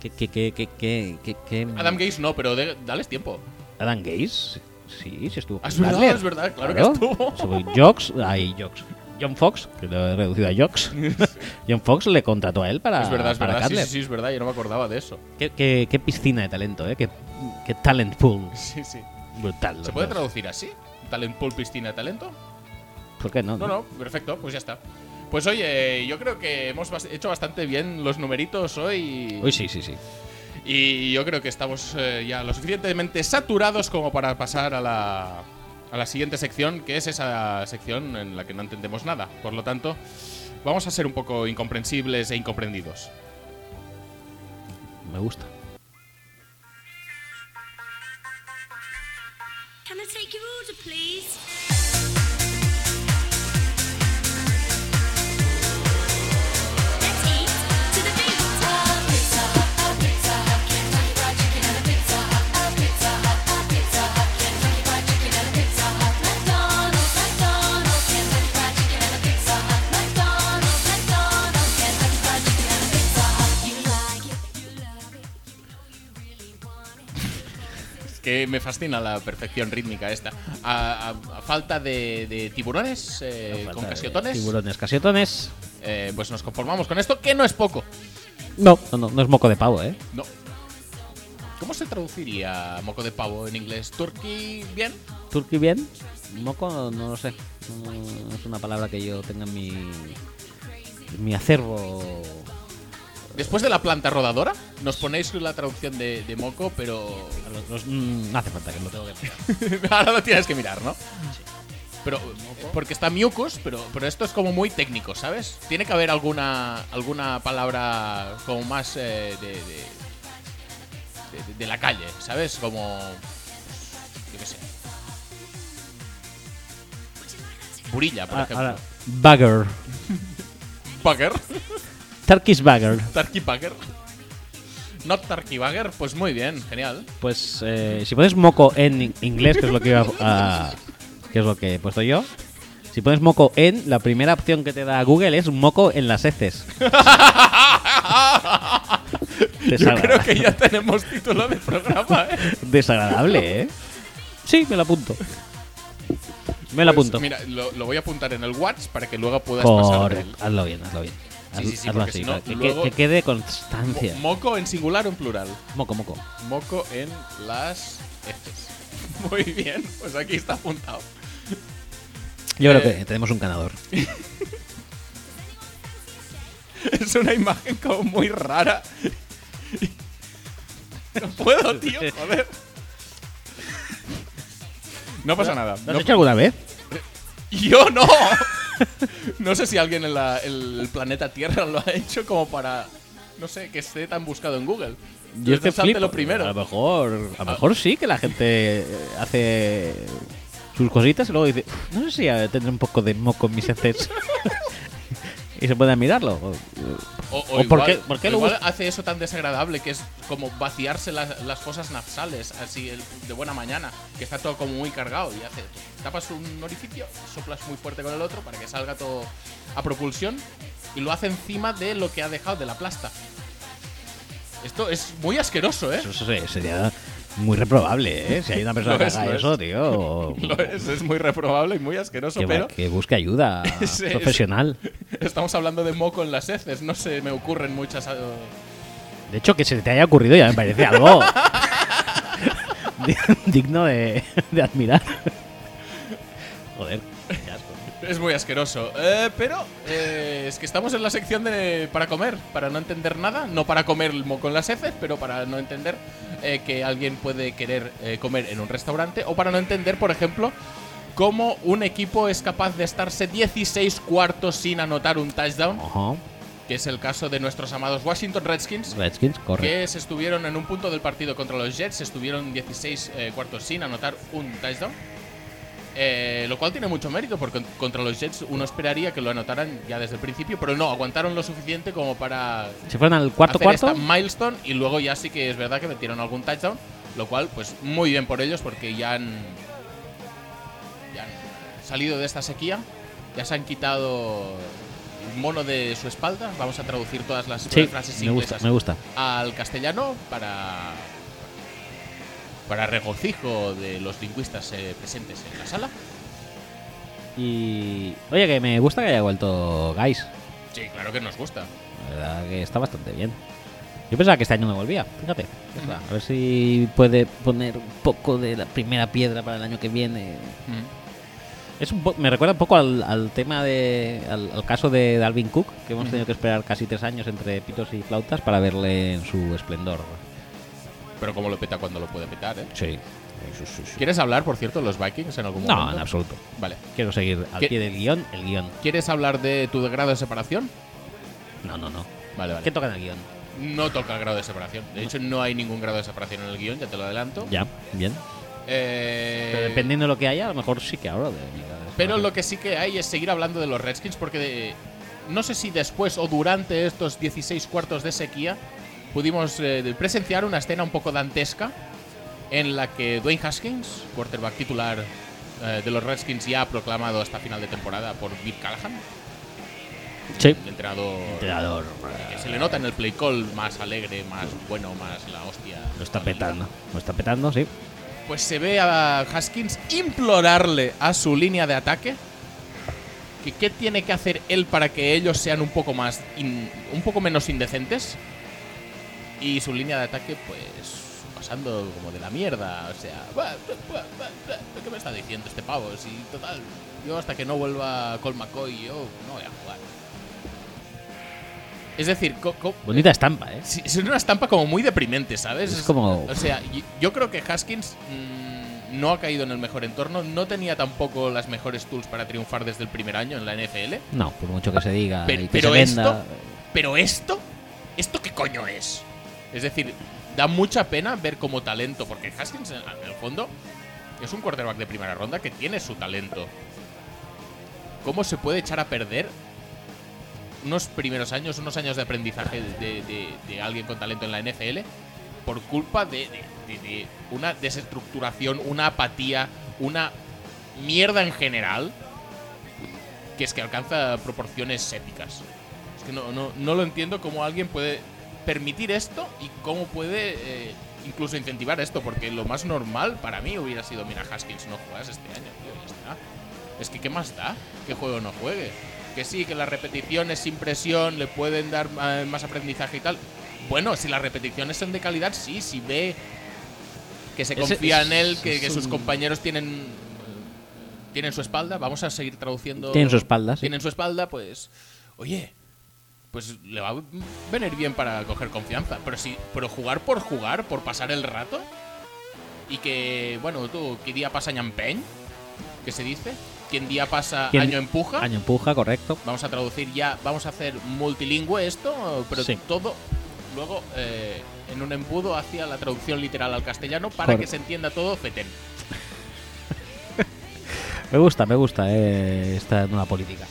Qué, qué, qué, qué, qué, qué, qué- Adam Gaze no, pero de- dales tiempo. Ah, Adam Gaze. Sí, sí estuvo. con Es verdad, Butler. es verdad, claro que estuvo. Sobre Jocks, ahí Jocks. John Fox, que lo he reducido a Jocks. John Fox le contrató a él para. es verdad, es para verdad. Sí, Cutler. sí, sí, es verdad, yo no me acordaba de eso. Qué, qué- qué piscina de talento, ¿eh? Qué, qué talent pool. Sí, sí. Brutal. ¿Se los puede Bears. traducir así? ¿Talent pool, piscina, de talento? ¿Por qué no? No, no, perfecto, pues ya está. Pues oye, yo creo que hemos bas- hecho bastante bien los numeritos hoy. Uy, sí, sí, sí. Y yo creo que estamos eh, ya lo suficientemente saturados como para pasar a la, a la siguiente sección, que es esa sección en la que no entendemos nada. Por lo tanto, vamos a ser un poco incomprensibles e incomprendidos. Me gusta. Can I take your order, please? Let's eat to the beat. que me fascina la perfección rítmica esta. A, a- a falta de, de tiburones eh, Falta con de casiotones, Tiburones, casiotones. eh, pues nos conformamos con esto, que no es poco. No, no, no, no es moco de pavo, ¿eh? No. ¿Cómo se traduciría moco de pavo en inglés? ¿Turkey bien? ¿Turkey bien? Moco, no lo sé. No, no es una palabra que yo tenga en mi, en mi acervo. Después de la planta rodadora, nos ponéis la traducción de, de moco, pero Los- los- mm, no hace falta que lo tengo que ahora lo tienes que mirar, ¿no? Pero, eh, porque está miucus, pero, pero esto es como muy técnico, ¿sabes? Tiene que haber alguna, alguna palabra como más eh, de, de, de- de la calle, ¿sabes? Como. Yo qué sé. Burilla, por Ah, ejemplo. ahora, Bagger. Packer. Turkish Bagger. Tarky Packer. Not Tarky Bagger. Pues muy bien, genial. Pues eh, si pones moco en in- inglés, que es lo que iba a- que es lo que he puesto yo. Si pones moco en, la primera opción que te da Google es moco en las heces. Yo Desagra- creo que ya tenemos título de programa, ¿eh? Desagradable, ¿eh? Sí, me lo apunto. Me lo Pues, apunto. Mira, lo, lo voy a apuntar en el WhatsApp para que luego puedas pasar por él. Correcto. Hazlo bien, hazlo bien. Sí, Haz- sí, sí, hazlo porque así, si no, para que, luego- que quede Mo- constancia. ¿Moco en singular o en plural? Moco, moco. Moco en las heces. Muy bien, pues aquí está apuntado. Yo Eh, creo que tenemos un ganador. Es una imagen como muy rara. No puedo, tío, joder. No pasa nada. ¿Lo has no- hecho alguna vez? ¡Yo no! No sé si alguien en la- el, el planeta Tierra lo ha hecho como para. No sé, que esté tan buscado en Google. Yo es que Interesante flipo. lo A lo primero. mejor, a lo mejor sí que la gente eh, hace sus cositas y luego dice, no sé si eh, tendré un poco de moco en mis heces. y se puede a mirarlo. O- O, o por qué- por qué lo igual bus- hace eso tan desagradable que es como vaciarse las, las fosas nasales así el- de buena mañana, que está todo como muy cargado y hace. Tapas un orificio, soplas muy fuerte con el otro para que salga todo a propulsión y lo hace encima de lo que ha dejado de la plasta. Esto es muy asqueroso, ¿eh? Eso, eso se- sería muy reprobable, ¿eh? Si hay una persona Lo que es, haga lo es. eso, tío. o- Lo es, es muy reprobable y muy asqueroso, que, va- pero que busque ayuda Es- es- profesional. estamos hablando de moco en las heces, no se me ocurren muchas... eh, De hecho, que se te haya ocurrido ya me parece algo di- digno de, de admirar. Joder, qué asco. Es muy asqueroso, Eh, pero eh, es que estamos en la sección de para comer, para no entender nada, no para comer el moco en las heces, pero para no entender eh, que alguien puede querer eh, comer en un restaurante o para no entender, por ejemplo, cómo un equipo es capaz de estarse 16 cuartos sin anotar un touchdown, Ojo, que es el caso de nuestros amados Washington Redskins, Redskins, corre. que se estuvieron en un punto del partido contra los Jets, estuvieron 16 eh, cuartos sin anotar un touchdown. Eh, lo cual tiene mucho mérito porque contra los Jets uno esperaría que lo anotaran ya desde el principio, pero no, aguantaron lo suficiente como para Si fueron al cuarto hacer cuarto, esta milestone y luego ya sí que es verdad que metieron algún touchdown, lo cual pues muy bien por ellos porque ya han, ya han salido de esta sequía, ya se han quitado el mono de su espalda, vamos a traducir todas las sí, frases me gusta, inglesas me gusta. al castellano para para regocijo de los lingüistas eh, presentes en la sala. Y oye, que me gusta que haya vuelto Guys. Sí, claro que nos gusta. La verdad que está bastante bien. Yo pensaba que este año no volvía, fíjate. Es verdad. A ver si puede poner un poco de la primera piedra para el año que viene. Mm. Es un po- me recuerda un poco al, al tema de. Al, al caso de Dalvin Cook, que hemos tenido que esperar casi tres años entre pitos y flautas para verle en su esplendor. Pero como lo peta cuando lo puede petar, ¿eh? Sí. ¿Quieres hablar, por cierto, de los Vikings en algún No, momento? en absoluto. Vale. Quiero seguir al ¿Qué- pie del guión, el guión. ¿Quieres hablar de tu grado de separación? No, no, no. Vale, ¿Qué vale. toca en el guión? No toca el grado de separación. De hecho, no hay ningún grado de separación en el guión, ya te lo adelanto. Ya, bien. Eh, Pero dependiendo de lo que haya, a lo mejor sí que hablo de. Pero lo que sí que hay es seguir hablando de los Redskins porque de- no sé si después o durante estos 16 cuartos de sequía pudimos eh, de- presenciar una escena un poco dantesca en la que Dwayne Haskins, quarterback titular eh, de los Redskins, ya proclamado hasta final de temporada por Bill Callahan, Sí. el entrenador Entrenador. que se le nota en el play call más alegre, más bueno, más la hostia. Lo está petando. Lo está petando, sí. pues se ve a Haskins implorarle a su línea de ataque que qué tiene que hacer él para que ellos sean un poco más in- un poco menos indecentes y su línea de ataque pues pasando como de la mierda o sea "Buah, buah, buah, buah, qué me está diciendo este pavo si total yo hasta que no vuelva Col McCoy yo no voy a jugar es decir co- co- Bonita estampa, ¿eh? Sí, es una estampa como muy deprimente, ¿sabes? Es como- O sea, y- yo creo que Haskins mm, no ha caído en el mejor entorno. No tenía tampoco las mejores tools para triunfar desde el primer año en la NFL. No, por mucho que se diga Pero, y que pero se venda. esto. Pero esto. ¿Esto qué coño es? Es decir, da mucha pena ver como talento. Porque Haskins, en en el fondo, es un quarterback de primera ronda que tiene su talento. ¿Cómo se puede echar a perder unos primeros años, unos años de aprendizaje de, de- de alguien con talento en la NFL por culpa de, de- de- de una desestructuración, una apatía, una mierda en general que es que alcanza proporciones épicas. Es que no, no, no lo entiendo cómo alguien puede permitir esto y cómo puede eh, incluso incentivar esto, porque lo más normal para mí hubiera sido, mira, Haskins, no juegas este año, tío, ya está. Es que, ¿qué más da? Que juego no juegue. Que sí, que las repeticiones sin presión le pueden dar eh, más aprendizaje y tal. Bueno, si las repeticiones son de calidad, sí, si ve que se Ese- confía en él, es- que, es que sus un- compañeros tienen eh, tienen su espalda, vamos a seguir traduciendo. Tienen su espalda, sí. Tienen su espalda, pues. Oye, pues le va a venir bien para coger confianza. Pero si, pero jugar por jugar, por pasar el rato. Y que, bueno, tú, ¿qué día pasa ñampén? ¿Qué se dice? ¿Quién día pasa ¿Quién- año empuja? Año empuja, correcto. Vamos a traducir ya, vamos a hacer multilingüe esto, pero Sí. todo luego eh, en un embudo hacia la traducción literal al castellano para Cor- que se entienda todo fetén. Me gusta, me gusta eh, esta nueva política.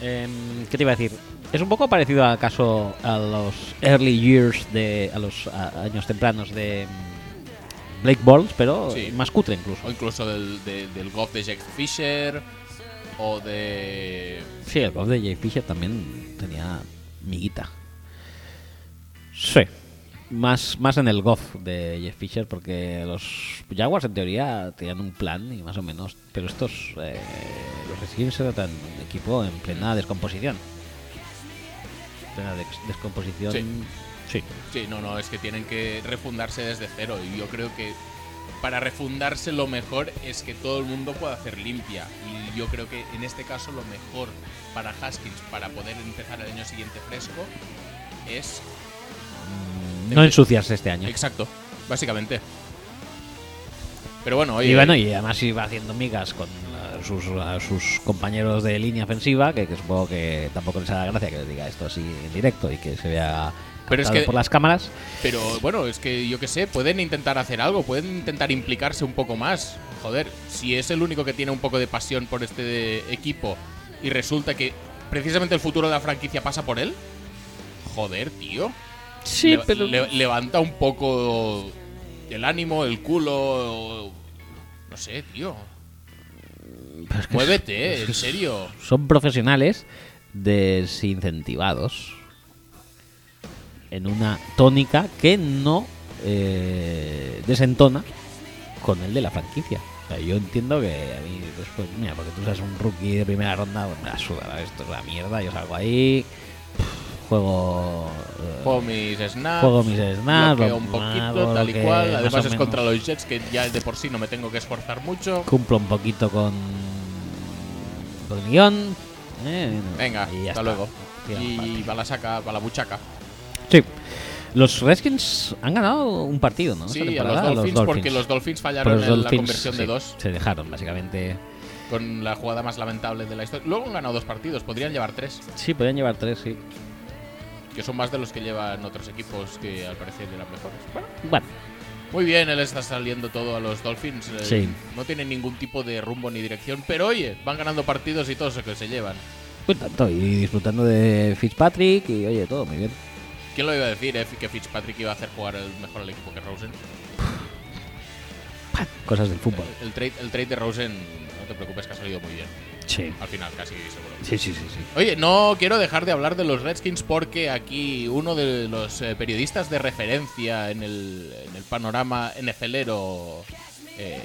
Em, ¿Qué te iba a decir? Es un poco parecido acaso a los early years de. a los a- años tempranos de. mm, Blake Balls, pero Sí. más cutre incluso. O incluso del, de- del golf de Jack Fisher. O de. Sí, el golf de Jay Fisher también tenía miguita. Sí. Más, más en el golf de Jeff Fisher, porque los Jaguars en teoría tenían un plan y más o menos, pero estos, eh, los Redskins eran un equipo en plena descomposición. Plena dex- descomposición. Sí. Sí. Sí, no, no, es que tienen que refundarse desde cero. Y yo creo que para refundarse lo mejor es que todo el mundo pueda hacer limpia. Y yo creo que en este caso lo mejor para Haskins, para poder empezar el año siguiente fresco, es. No ensuciarse este año. Exacto, básicamente. Pero bueno, oye. Y bueno, y además iba haciendo migas con eh, sus, a sus compañeros de línea ofensiva, que, que supongo que tampoco les hará gracia que les diga esto así en directo y que se vea Pero es captado que- por las cámaras. Pero bueno, es que yo qué sé, pueden intentar hacer algo, pueden intentar implicarse un poco más. Joder, si es el único que tiene un poco de pasión por este equipo y resulta que precisamente el futuro de la franquicia pasa por él, joder, tío. Sí, Le- le- levanta un poco el ánimo, el culo. No sé, tío. Muévete, en serio. Son profesionales desincentivados en una tónica que no eh, desentona con el de la franquicia. O sea, yo entiendo que a mí después, mira, porque tú seas un rookie de primera ronda, pues me la suda, esto es la mierda, yo salgo ahí, pff, juego... eh, Juego mis snaps. Juego mis snaps, bloqueo un lo- poquito, hago tal lo y que cual. más Además o es contra menos los Jets, que ya de por sí no me tengo que esforzar mucho. Cumplo un poquito con, con el guión. eh, Venga, y ya hasta está. luego. Tira y para adelante. va la saca, va la buchaca. Sí. Los Redskins han ganado un partido, ¿no? Esta sí, a los temporada, Dolphins, porque los Pero Dolphins fallaron los en la Dolphins, conversión de sí, dos Se dejaron, básicamente. con la jugada más lamentable de la historia. Luego han ganado dos partidos, podrían llevar tres, Sí, podían llevar tres, sí. que son más de los que llevan otros equipos que al parecer eran mejores. Bueno, Bueno, muy bien, él está saliendo todo a los Dolphins. eh, Sí. No tienen ningún tipo de rumbo ni dirección, pero oye, van ganando partidos y todo eso que se llevan. pues tanto. Y disfrutando de Fitzpatrick y, oye, todo muy bien. ¿Quién lo iba a decir, eh, que Fitzpatrick iba a hacer jugar el mejor al equipo que Rosen? ¡pam! cosas del fútbol. El trade, el trade de Rosen, no te preocupes que ha salido muy bien. Sí. Al final, casi seguro. Sí, sí, sí, sí. Oye, no quiero dejar de hablar de los Redskins porque aquí uno de los eh, periodistas de referencia en el, en el panorama NFLero eh,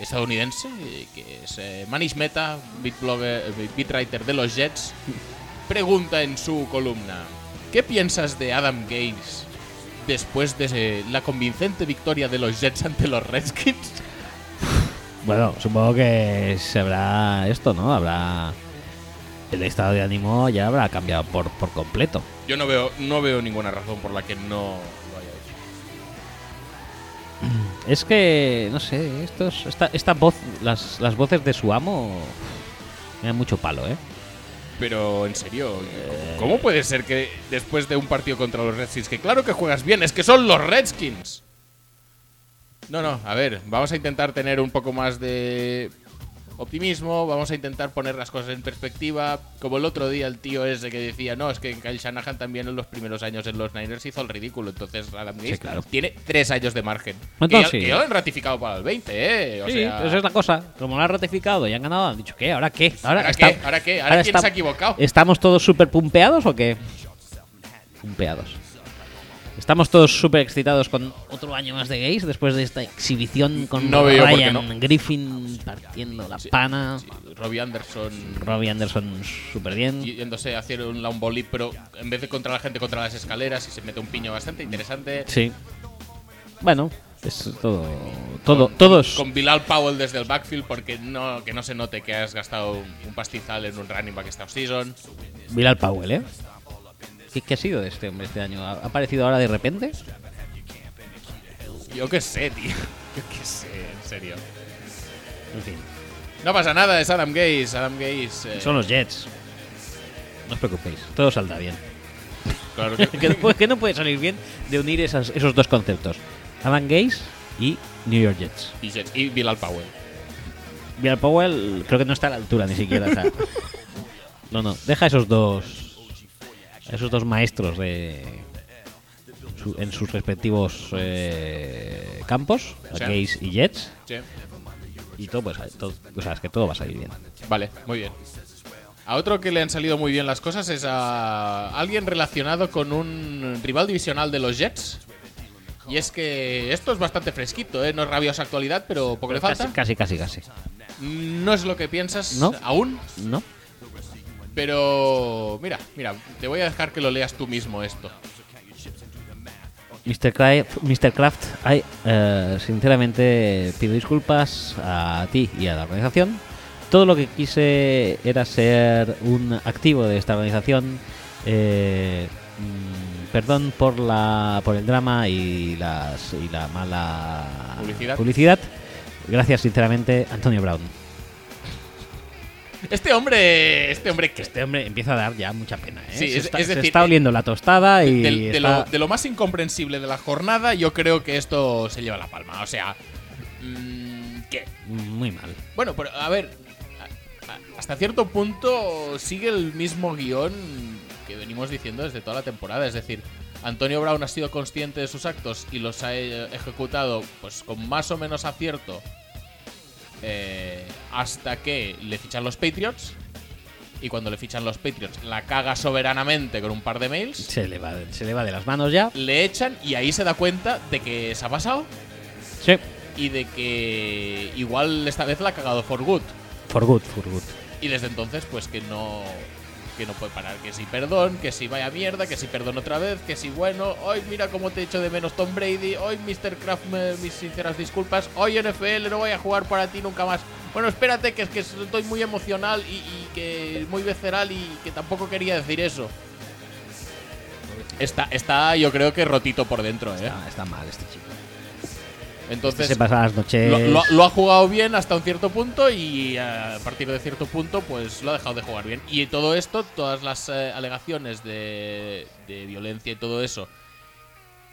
estadounidense, eh, que es eh, Manish Meta, beat blogger- eh, beat writer de los Jets, pregunta en su columna, ¿qué piensas de Adam Gates después de eh, la convincente victoria de los Jets ante los Redskins? Bueno, supongo que se habrá esto, ¿no? Habrá. El estado de ánimo ya habrá cambiado por, por completo. Yo no veo, no veo ninguna razón por la que no lo haya hecho. Es que, no sé, estos, esta, esta voz, las, las voces de su amo. Me dan mucho palo, ¿eh? Pero en serio, ¿cómo puede ser que después de un partido contra los Redskins, que claro que juegas bien, es que son los Redskins? No, no, a ver, vamos a intentar tener un poco más de optimismo, vamos a intentar poner las cosas en perspectiva, como el otro día el tío ese que decía, no, es que Kyle Shanahan también en los primeros años en los Niners hizo el ridículo, entonces Adam Gates claro. tiene tres años de margen. Entonces, que, ya- sí. que ya lo han ratificado para el 20, ¿eh? O sí, sea, esa es la cosa. Como lo han ratificado y han ganado, han dicho, ¿qué? ¿Ahora qué? ¿Ahora está- qué? ¿Ahora qué? ¿Ahora quién se ha equivocado? ¿Estamos todos súper pumpeados o qué? Pumpeados. ¿Estamos todos súper excitados con otro año más de gays después de esta exhibición con No veo por qué Ryan no. Griffin partiendo la pana? sí, Robbie Anderson Robbie Anderson súper bien. y- yéndose a hacer un lawn volley, pero en vez de contra la gente, contra las escaleras y se mete un piño bastante interesante. Sí. Bueno, es todo. todo todos. Con Bilal Powell desde el backfield porque no, que no se note que has gastado un pastizal en un running back esta season. Bilal Powell, ¿eh? ¿Qué, qué ha sido de este hombre este año? ¿Ha ha aparecido ahora de repente? Yo qué sé, tío. Yo qué sé, en serio. En fin. No pasa nada, es Adam Gaze. Adam Gaze. eh, Son los Jets. No os preocupéis, todo saldrá bien. claro que- que, después- que no puede salir bien de unir esas- esos dos conceptos. Adam Gaze y New York Jets. y Jets- y Bilal Powell. Bill Powell creo que no está a la altura ni siquiera. o sea. no, no, deja esos dos esos dos maestros de su- en sus respectivos eh, campos, Sí. Gaze y Jets, Sí. y todo pues todo- o sea, es que todo va a salir bien. Vale, muy bien. A otro que le han salido muy bien las cosas es a alguien relacionado con un rival divisional de los Jets. Y es que esto es bastante fresquito, ¿eh? no es rabiosa actualidad, pero poco le falta. Casi, casi, casi. casi. No es lo que piensas ¿No? aún, ¿No? pero mira, mira, te voy a dejar que lo leas tú mismo esto. Mr. Kraft, Mr. Kraft ay, eh, sinceramente pido disculpas a ti y a la organización. Todo lo que quise era ser un activo de esta organización. Eh, mm, perdón por la por el drama y, las, y la mala Publicidad. Gracias sinceramente, Antonio Brown. Este hombre, este hombre que Este hombre empieza a dar ya mucha pena. ¿eh? Sí, se, es- está, es se decir, está eh, oliendo la tostada y del- de, está- lo, de lo más incomprensible de la jornada, yo creo que esto se lleva la palma. O sea, mm, ¿qué? muy mal. Bueno, pero a ver, a- a- hasta cierto punto sigue el mismo guión que venimos diciendo desde toda la temporada. Es decir, Antonio Brown ha sido consciente de sus actos y los ha eh, ejecutado pues con más o menos acierto eh, hasta que le fichan los Patriots. Y cuando le fichan los Patriots, la caga soberanamente con un par de mails Se le va, se le va de las manos ya. le echan y ahí se da cuenta de que se ha pasado Sí. y de que igual esta vez la ha cagado for good. For good, for good. Y desde entonces, pues que no que no puede parar, que si perdón, que si vaya mierda, que si perdón otra vez, que si bueno, hoy mira cómo te echo de menos Tom Brady, hoy Mr. Kraft, me- mis sinceras disculpas, hoy NFL no voy a jugar para ti nunca más. Bueno, espérate, que es que estoy muy emocional y, y que muy visceral y que tampoco quería decir eso. Está, está yo creo que rotito por dentro, ¿eh? Ah, está mal este chico. Entonces, se pasa las noches. lo, lo- lo ha jugado bien hasta un cierto punto y eh, a partir de cierto punto pues lo ha dejado de jugar bien. Y todo esto, todas las eh, alegaciones de, de violencia y todo eso,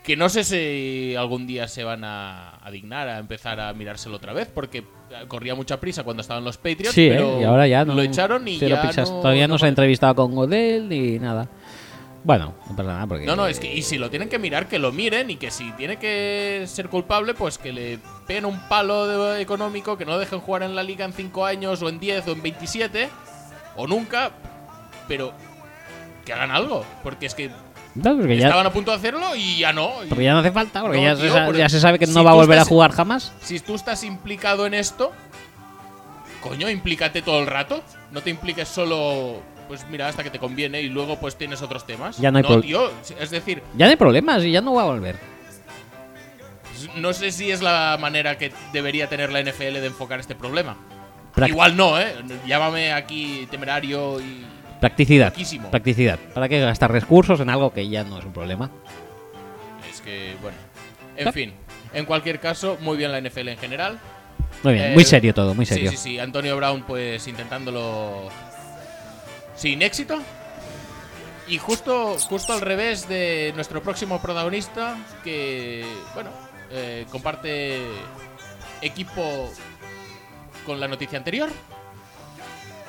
que no sé si algún día se van a, a dignar a empezar a mirárselo otra vez porque eh, corría mucha prisa cuando estaban los Patriots. sí, ¿eh? pero y ahora ya no. lo echaron y cero ya pizzas. no- Todavía no, no se ha entrevistado con Godel ni nada. Bueno, no pasa nada porque. No, no, es que. Y si lo tienen que mirar, que lo miren. Y que si tiene que ser culpable, pues que le peguen un palo de- económico, que no lo dejen jugar en la liga en 5 años, o en 10, o en 27, o nunca. Pero que hagan algo. Porque es que No, porque ya, estaban a punto de hacerlo y ya no. Y porque ya no hace falta, porque No, ya, se, tío, sa- porque ya se sabe que si no va a tú volver a estás- jugar jamás. Si tú estás implicado en esto, coño, implícate todo el rato. No te impliques solo. Pues mira, hasta que te conviene y luego pues tienes otros temas. Ya no hay no pro- tío, es decir, Ya no hay problemas y ya no va a volver. No sé si es la manera que debería tener la NFL de enfocar este problema. Prac- Igual no, ¿eh? Llámame aquí temerario y... Practicidad. Poquísimo. Practicidad. ¿Para qué gastar recursos en algo que ya no es un problema? Es que, bueno. En fin, en cualquier caso, muy bien la NFL en general. Muy bien, Eh, muy serio todo, muy Sí, serio. sí, sí. Antonio Brown, pues intentándolo sin éxito. Y justo, justo al revés de nuestro próximo protagonista, que, bueno, eh, comparte equipo con la noticia anterior,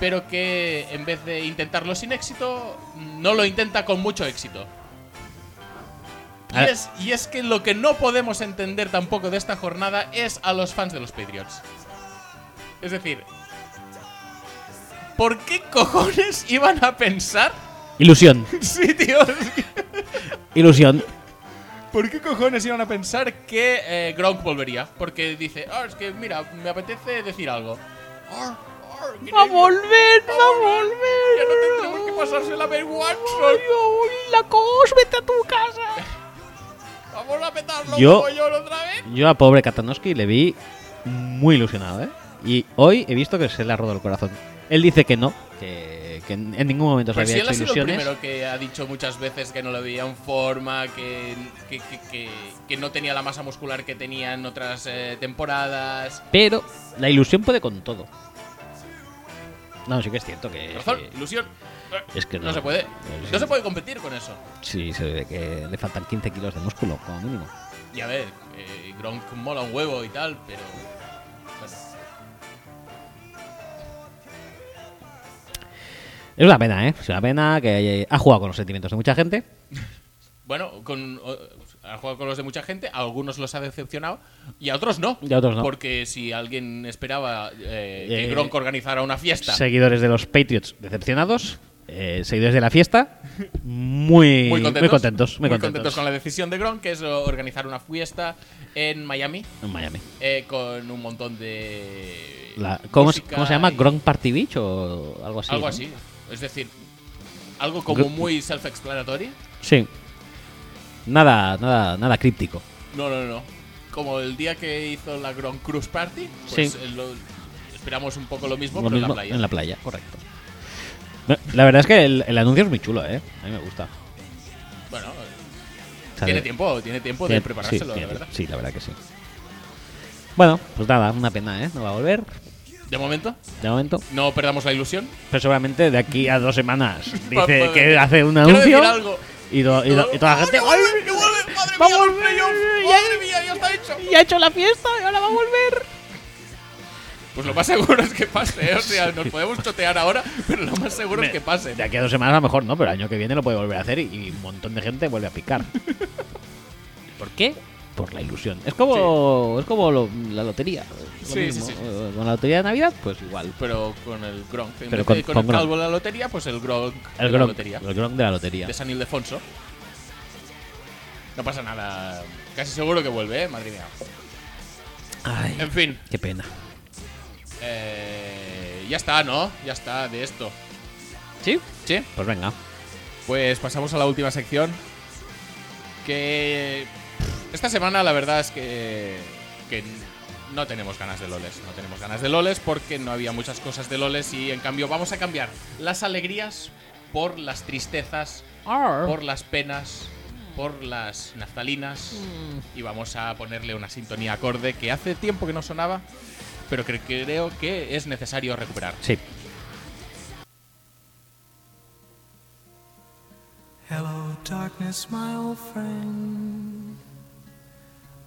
pero que en vez de intentarlo sin éxito, no lo intenta con mucho éxito. Y Ahora- es, y es que lo que no podemos entender tampoco de esta jornada es a los fans de los Patriots. Es decir, ¿por qué cojones iban a pensar? Ilusión, Sí, tío. ilusión. ¿Por qué cojones iban a pensar que eh, Gronk volvería? Porque dice, ah, es que mira, me apetece decir algo. Ar, ar, que ¡Va a no- volver! va a ¡Va a volver. Ya no volver! tendremos que pasársela a Ben ¡Ay, Watson. ay, la cos! ¡Vete a tu casa! Vamos a petarlo Yo- como yo otra vez. Yo a pobre Katanowski le vi muy ilusionado, ¿eh? Y hoy he visto que se le ha rodado el corazón. Él dice que no, que, que en en ningún momento Pues se sí, había él ha hecho sido el ilusiones. primero que ha dicho muchas veces que no le veían forma, que, que, que- que- que no tenía la masa muscular que tenía en otras eh, temporadas. Pero la ilusión puede con todo. No, sí que es cierto que. Razón, que- ilusión. es que no. Eh, No se puede. Sí. No se puede competir con eso. Sí, se ve que le faltan 15 kilos de músculo, como mínimo. Y a ver, eh, Gronk mola un huevo y tal, pero. bueno. Es una pena, ¿eh? Es una pena que eh, ha jugado con los sentimientos de mucha gente. Bueno, con, o- ha jugado con los de mucha gente, a algunos los ha decepcionado y a otros no. Y a otros no. Porque si alguien esperaba eh, que Eh, Gronk organizara una fiesta. Seguidores de los Patriots decepcionados. eh, seguidores de la fiesta. Muy, Muy contentos, Muy contentos. muy contentos con la decisión de Gronk, que es organizar una fiesta en Miami En Miami. eh, con un montón de. La- ¿cómo, es- música cómo se llama? y- ¿Gronk Party Beach o algo así? Algo ¿no? así. Es decir, algo como Gr- muy self-explanatory. Sí. Nada, nada, nada críptico. No, no, no. Como el día que hizo la Grand Cruise Party, pues Sí. eh, lo- esperamos un poco lo mismo, Lo Oh, pero mismo en la playa. en la playa, correcto. No, La verdad es que el, el anuncio es muy chulo, ¿eh? A mí me gusta. Bueno, eh, O sea, tiene de- tiempo, tiene tiempo tiene- de preparárselo, sí, la tiene- verdad. Sí, la verdad que sí. Bueno, pues nada, una pena, ¿eh? No va a volver, De momento, de momento. no perdamos la ilusión. Pero seguramente de aquí a dos semanas Pa- dice pa- que hace un Quiero decir anuncio algo. y, do- y do- y toda la gente... ¡Que ¡Ay! vuelve, que vuelve! ¡Madre ¡Va a mía, los volver! playoffs! ¡Ya- ¡Madre mía, ya está hecho! Y ha hecho la fiesta y ahora va a volver. Pues lo más seguro es que pase, ¿eh? o sea, nos podemos chotear ahora, pero lo más seguro es que pase. De aquí a dos semanas a lo mejor no, pero el año que viene lo puede volver a hacer y, y un montón de gente vuelve a picar. ¿Por qué? Por la ilusión. Es como, es como lo- la lotería. Lo Sí, mismo. sí, sí. Eh, Con la lotería de Navidad, pues igual. Pero con el Gronk, en Pero vez con- de con, con el Gronk. calvo de la lotería, pues el Gronk El de la gronk, lotería. el gronk de la lotería. de San Ildefonso. No pasa nada. Casi seguro que vuelve, ¿eh? madre mía. Ay, En fin, qué pena. eh, ya está, ¿no? Ya está de esto. ¿Sí? ¿Sí? Pues venga. Pues pasamos a la última sección. Que. pff, Esta semana la verdad es que. que no tenemos ganas de loles. No tenemos ganas de loles porque no había muchas cosas de loles y en cambio vamos a cambiar las alegrías por las tristezas Ah. por las penas, por las naftalinas. Y vamos a ponerle una sintonía acorde que hace tiempo que no sonaba, pero que creo que es necesario recuperar. Sí. Hello, darkness, my old friend.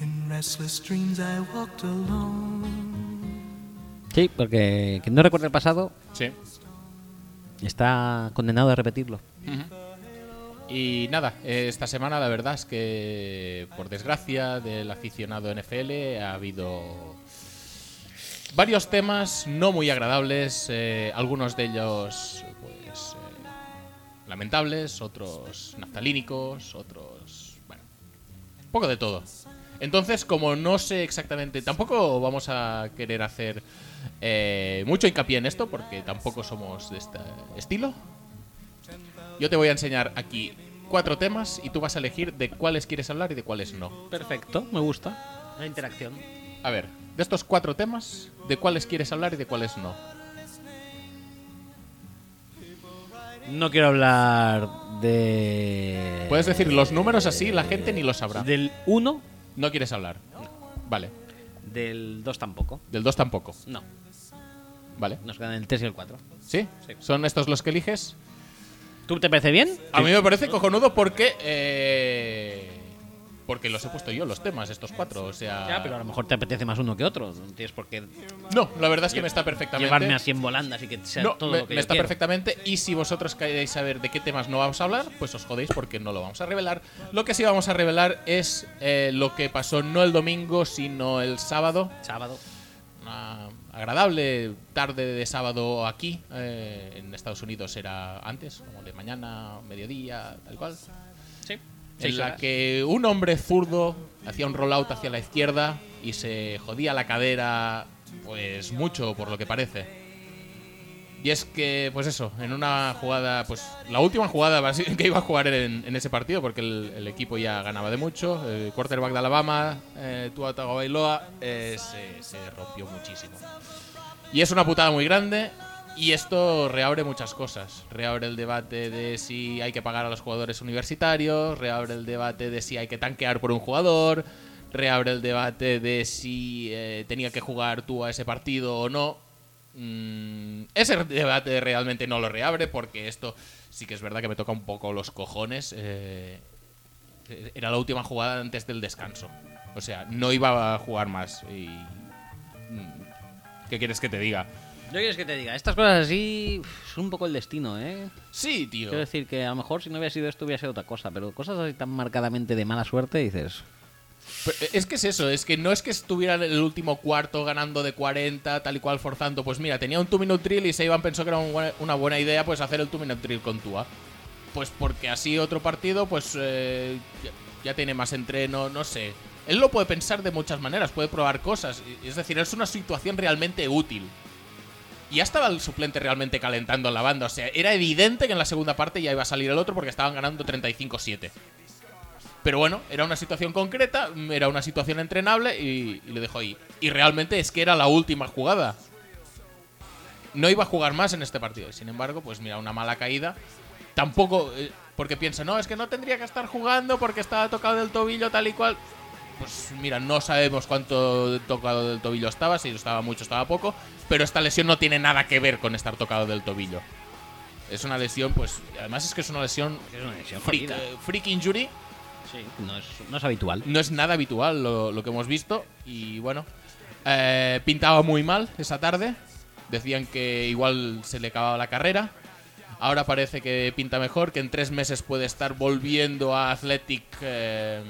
In restless dreams, I walked alone. Sí, porque quien no recuerda el pasado Sí. está condenado a repetirlo. Y nada, eh, esta semana la verdad es que, por desgracia del aficionado NFL, ha habido varios temas no muy agradables, eh, algunos de ellos pues eh, lamentables, otros naftalínicos, otros... bueno, un poco de todo. Entonces, como no sé exactamente, tampoco vamos a querer hacer eh, mucho hincapié en esto, porque tampoco somos de este estilo, yo te voy a enseñar aquí cuatro temas y tú vas a elegir de cuáles quieres hablar y de cuáles no. Perfecto, me gusta. La interacción. A ver, de estos cuatro temas, de cuáles quieres hablar y de cuáles no. No quiero hablar de. Puedes decir los números así, la gente ni lo sabrá. Del 1, No quieres hablar. Vale. del 2 tampoco. Del 2 tampoco. No, Vale. nos quedan el 3 y el 4. ¿Sí? Sí. ¿Son estos los que eliges? ¿Tú te parece bien? A mí me parece cojonudo porque... eh, porque los he puesto yo, los temas, estos cuatro. O sea... Ya, pero a lo mejor te apetece más uno que otro. No tienes por qué No, la verdad es que me está perfectamente. llevarme así en volandas y que sea No, todo me, lo que me yo está quiero. perfectamente. Y si vosotros queréis saber de qué temas no vamos a hablar, pues os jodéis porque no lo vamos a revelar. Lo que sí vamos a revelar es eh, lo que pasó no el domingo, sino el sábado. Sábado. Una agradable tarde de sábado aquí. eh, en Estados Unidos era antes, como de mañana, mediodía, tal cual. Sí. En la que un hombre zurdo hacía un rollout hacia la izquierda y se jodía la cadera, pues mucho por lo que parece. Y es que, pues eso, en una jugada, pues la última jugada basi- que iba a jugar en, en ese partido, porque el, el equipo ya ganaba de mucho, el quarterback de Alabama, eh, Tua Tagovailoa, eh, se, se rompió muchísimo. Y es una putada muy grande y esto reabre muchas cosas. Reabre el debate de si hay que pagar a los jugadores universitarios, reabre el debate de si hay que tanquear por un jugador, reabre el debate de si eh, tenía que jugar tú a ese partido o no. Mm, ese debate realmente no lo reabre porque esto sí que es verdad que me toca un poco los cojones. eh, era la última jugada antes del descanso. O sea, no iba a jugar más. Y, mm, ¿Qué quieres que te diga? Yo quieres que te diga, estas cosas así uf, es un poco el destino, ¿eh? Sí, tío. Quiero decir que a lo mejor si no hubiera sido esto hubiera sido otra cosa, pero cosas así tan marcadamente de mala suerte dices, Pero eh, Es que es eso, es que no es que estuviera en el último cuarto ganando de 40, tal y cual forzando. Pues mira, tenía un 2-minute drill y Seiban pensó que era un buen- una buena idea pues hacer el 2-minute drill con Tua. Pues porque así otro partido pues eh, ya, ya tiene más entreno, no sé. Él lo puede pensar de muchas maneras, puede probar cosas. y- Es decir, es una situación realmente útil. Y ya estaba el suplente realmente calentando en la banda. O sea, era evidente que en la segunda parte ya iba a salir el otro porque estaban ganando 35-7. Pero bueno, era una situación concreta, mm, era una situación entrenable y, y lo dejó ahí. Y realmente es que era la última jugada. No iba a jugar más en este partido. Sin embargo, pues mira, una mala caída. Tampoco, eh, porque piensa, no, es que no tendría que estar jugando porque estaba tocado del tobillo tal y cual. Pues mira, no sabemos cuánto tocado del tobillo estaba, si estaba mucho, estaba poco. Pero esta lesión no tiene nada que ver con estar tocado del tobillo. Es una lesión, pues, además es que es una lesión, es una lesión freak, jodida. eh, freak injury. Sí. No es, no es habitual. No es nada habitual lo, lo que hemos visto y bueno, eh, pintaba muy mal esa tarde. Decían que igual se le acababa la carrera. Ahora parece que pinta mejor, que en tres meses puede estar volviendo a Athletic eh,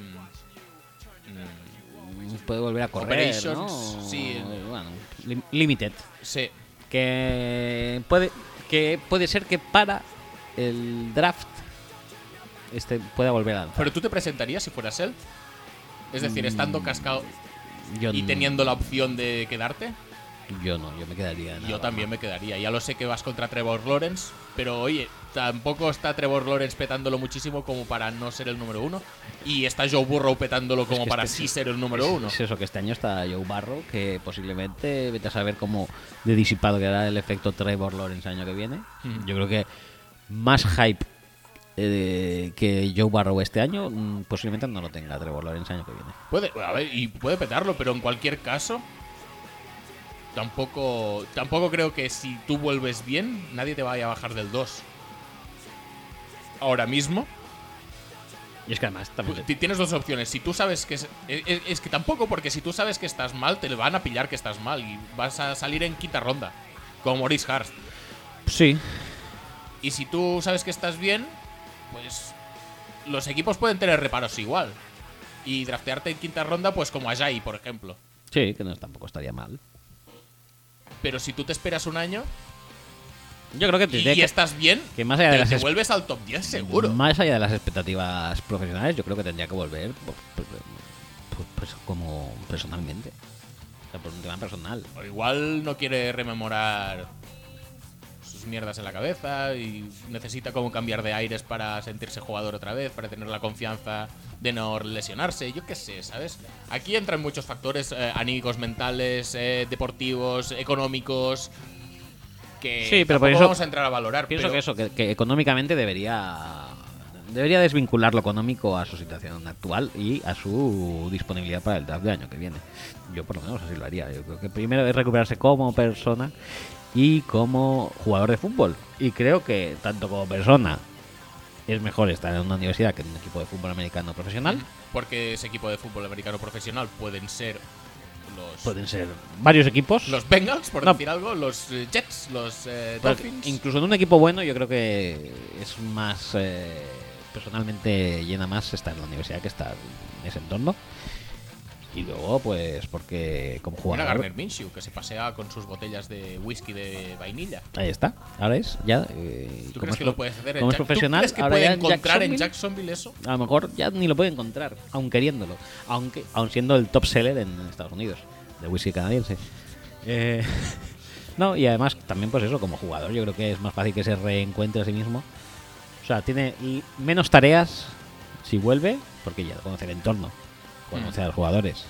Puede volver a correr, ¿no? Operations, sí. Bueno, lim- limited. sí, Que puede, que puede ser que para el draft este pueda volver a lanzar. Pero tú te presentarías si fueras él. Es decir, estando cascado Yo y n- teniendo la opción de quedarte. Yo no, yo me quedaría. en Yo Alabama. también me quedaría. Ya lo sé que vas contra Trevor Lawrence, pero oye, tampoco está Trevor Lawrence petándolo muchísimo como para no ser el número uno. Y está Joe Burrow petándolo como que para este- sí ser el número uno. Es eso, que este año está Joe Barro, que posiblemente vete a saber cómo de disipado quedará el efecto Trevor Lawrence el año que viene. Yo creo que más hype eh, que Joe Barrow este año mm, posiblemente no lo tenga Trevor Lawrence el año que viene. Puede, a ver, y puede petarlo, pero en cualquier caso. Tampoco, tampoco creo que si tú vuelves bien, nadie te vaya a bajar del 2. Ahora mismo. Y es que además también... Ti- Tienes dos opciones. Si tú sabes que. Es, es- es que tampoco, porque si tú sabes que estás mal, te van a pillar que estás mal y vas a salir en quinta ronda, como Maurice Hart. Sí, Y si tú sabes que estás bien, pues. Los equipos pueden tener reparos igual. Y draftearte en quinta ronda, pues como Ajay, por ejemplo. sí, que no, tampoco estaría mal. Pero si tú te esperas un año Yo creo que y, te y estás bien, que más allá de te- las te es- vuelves al top 10 seguro. Más allá de las expectativas profesionales, yo creo que tendría que volver pues, pues, pues, pues, como personalmente. O sea, por un tema personal. O igual no quiere rememorar sus mierdas en la cabeza y necesita como cambiar de aires para sentirse jugador otra vez, para tener la confianza de no lesionarse, yo qué sé, ¿sabes? Aquí entran muchos factores eh, anímicos, mentales, eh, deportivos, económicos, que Sí, pero tampoco por eso vamos a entrar a valorar. Pienso pero que eso, que, que económicamente debería debería desvincular lo económico a su situación actual y a su disponibilidad para el draft de año que viene. Yo por lo menos así lo haría. Yo creo que primero es recuperarse como persona y como jugador de fútbol. Y creo que tanto como persona es mejor estar en una universidad que en un equipo de fútbol americano profesional. Porque ese equipo de fútbol americano profesional pueden ser los, Pueden ser varios equipos. los Bengals, por No. Pues decir algo, los eh, Jets, los eh, Pero Dolphins. incluso en un equipo bueno, yo creo que es más. eh, personalmente llena más estar en la universidad que estar en ese entorno. Y luego, pues, porque como Mira jugador. Garner Minshew, que se pasea con sus botellas de whisky de vainilla. Ahí está, ahora es, ya. eh, como ¿Tú crees es que lo- lo puedes hacer? en como es Jack- ¿Tú profesional, crees que ahora puede ya en encontrar en Jacksonville- Jacksonville eso? A lo mejor ya ni lo puede encontrar, aun queriéndolo. Aunque, aun siendo el top seller en Estados Unidos, de whisky canadiense. Eh, no, y además también pues eso, como jugador, yo creo que es más fácil que se reencuentre a sí mismo. O sea, tiene l- menos tareas si vuelve, porque ya conoce el entorno, conoce a los jugadores,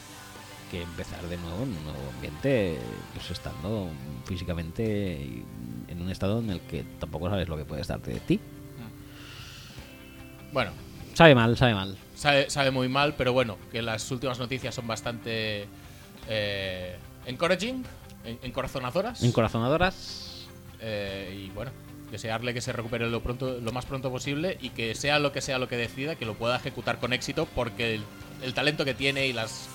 que empezar de nuevo en un nuevo ambiente, pues estando físicamente y en un estado en el que tampoco sabes lo que puede estarte de ti. Bueno, Sabe mal, sabe mal. sabe, sabe muy mal, pero bueno, que las últimas noticias son bastante eh, encouraging, en, encorazonadoras. Encorazonadoras. Eh, y bueno, desearle que se recupere lo, pronto, lo más pronto posible y que sea lo que sea lo que decida, que lo pueda ejecutar con éxito porque el, el talento que tiene y las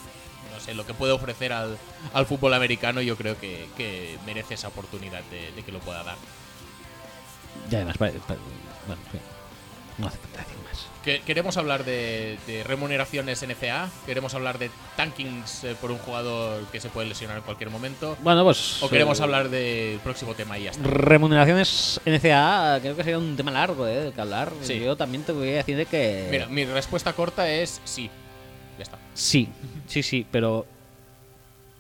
no sé, lo que puede ofrecer al, al fútbol americano yo creo que, que merece esa oportunidad de, de que lo pueda dar. Y además, pare- pare- bueno, en fin, no hace falta decir más. Que- queremos hablar de, de remuneraciones NCA, queremos hablar de tankings eh, por un jugador que se puede lesionar en cualquier momento Bueno, pues. o queremos eh, hablar del próximo tema y ya está. Remuneraciones NCA, creo que sería un tema largo, ¿eh? Del que hablar. Sí. Yo también te voy a decir de que. Mira, mi respuesta corta es sí. Ya está. Sí, sí, sí, pero.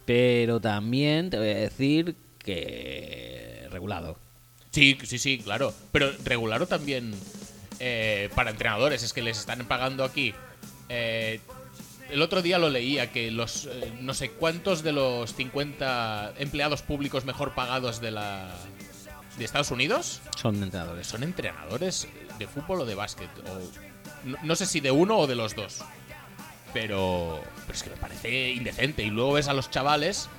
Pero también te voy a decir que. Regulado. Sí, sí, sí, claro. Pero regularlo también eh, para entrenadores. Es que les están pagando aquí. Eh, el otro día lo leía que los eh, no sé cuántos de los 50 empleados públicos mejor pagados de la de Estados Unidos Son entrenadores. son entrenadores de fútbol o de básquet. O, no, no sé si de uno o de los dos. Pero, pero es que me parece indecente. Y luego ves a los chavales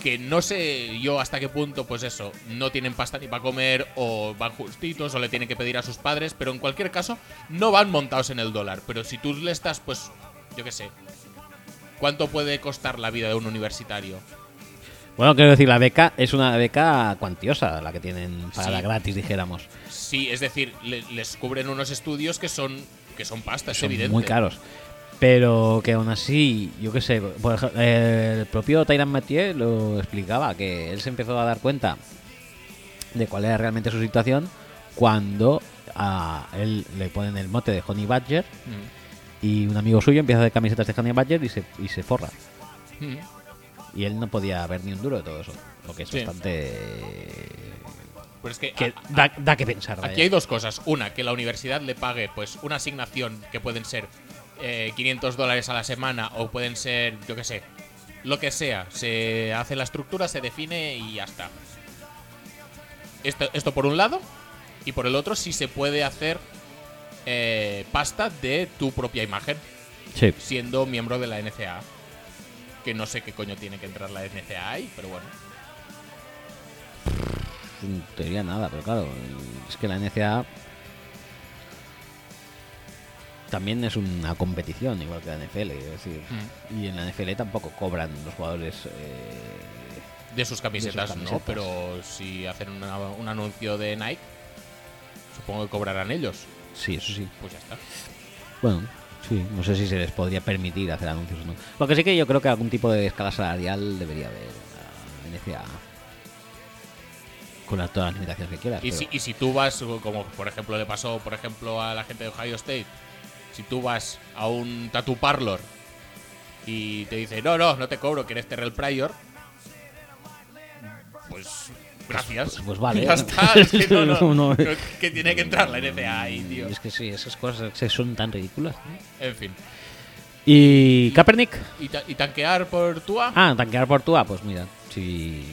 que no sé yo hasta qué punto, pues eso, no tienen pasta ni para comer o van justitos o le tienen que pedir a sus padres. Pero en cualquier caso, no van montados en el dólar. Pero si tú le estás, pues, yo qué sé. ¿Cuánto puede costar la vida de un universitario? Bueno, quiero decir, la beca es una beca cuantiosa, la que tienen pagada Sí. gratis, dijéramos. Sí, es decir, le- les cubren unos estudios que son que son pasta, es son evidente. muy caros. Pero que aún así, yo qué sé, por ej- eh, el propio Tyrant Mathieu lo explicaba, que él se empezó a dar cuenta de cuál era realmente su situación cuando a él le ponen el mote de Honey Badger Mm. y un amigo suyo empieza a hacer camisetas de Honey Badger y se, y se forra. Mm. Y él no podía ver ni un duro de todo eso, lo que es Sí. bastante... Pero es que, que a- da, da que pensar. aquí vaya. hay dos cosas. Una, que la universidad le pague pues una asignación que pueden ser eh, 500 dólares a la semana o pueden ser, yo qué sé, lo que sea. Se hace la estructura, se define y ya está. Esto, esto por un lado. Y por el otro, si se puede hacer eh, pasta de tu propia imagen, Sí. siendo miembro de la NCA. Que no sé qué coño tiene que entrar la NCA ahí, pero bueno. En teoría nada, pero claro, es que la NCA también es una competición, igual que la NFL, es decir, y en la NFL tampoco cobran los jugadores. eh, De sus camisetas, no, camisetas. pero si hacen una- un anuncio de Nike, supongo que cobrarán ellos. sí, eso sí. Pues ya está. Bueno, sí, no sé si se les podría permitir hacer anuncios o no. Lo que sí que yo creo que algún tipo de escala salarial debería haber en la NCA. Con las- todas las limitaciones que quieras. Y pero- si, y si tú vas, como por ejemplo le pasó por ejemplo a la gente de Ohio State, si tú vas a un tattoo parlor y te dice, no, no, no te cobro, que eres Terrell Pryor, pues gracias. Pues- pues vale. Ya está, es que no, no, No, no. no, que tiene que entrar la NFA ahí, tío. Es que sí, esas cosas que son tan ridículas. ¿no? En fin. ¿Y Kaepernick? ¿Y, ta- y tanquear por Tua? Ah, tanquear por Tua, pues mira, si...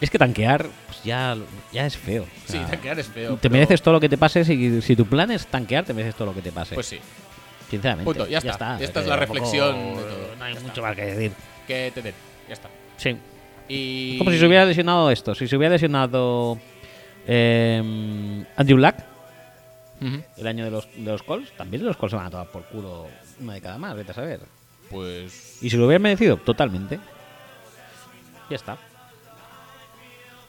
Es que tanquear pues ya, ya es feo. o sí, sea, tanquear es feo. Te pero- mereces todo lo que te pase. Si, si tu plan es tanquear, te mereces todo lo que te pase. Pues sí, Sinceramente. punto, ya está. Esta es tampoco- la reflexión de todo. No hay Ya mucho está. más que decir. que te den. Ya está. Sí. Y... Es como si se hubiera lesionado esto. Si se hubiera lesionado eh, Andrew Black Ujú. el año de los, de los Colts, también los Colts se van a tomar por culo una década más, vete a saber. Pues Y si lo hubieran merecido, totalmente. Ya está.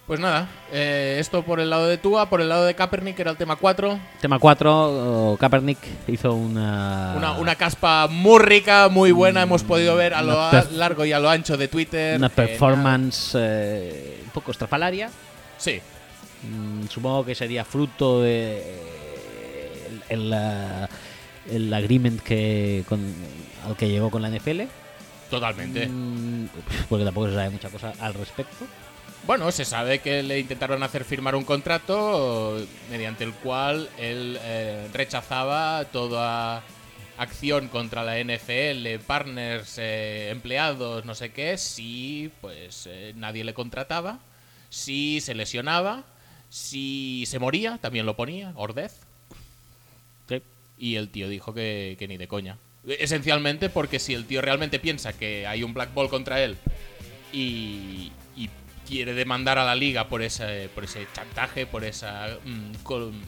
Pues nada, eh, esto por el lado de Tua, por el lado de Kaepernick, que era el tema 4. Tema 4, Kaepernick hizo una... Una, una caspa muy rica, muy buena, hemos podido ver a lo Ah. una a- perf- largo y a lo ancho de Twitter. una que performance eh, un poco estrafalaria. nada. Sí, Mm, supongo que sería fruto de eh, el, el, ah, el agreement que con, al que llegó con la NFL. totalmente. Mm, porque tampoco se sabe mucha cosa al respecto. Bueno, se sabe que le intentaron hacer firmar un contrato eh, mediante el cual él eh, rechazaba toda acción contra la NFL, partners, eh, empleados, no sé qué, si pues eh, nadie le contrataba, si se lesionaba, si se moría, también lo ponía, Ordez. Y el tío dijo que, que ni de coña. Esencialmente porque si el tío realmente piensa que hay un black ball contra él y, y quiere demandar a la liga por ese, por ese chantaje, por esa mm, con-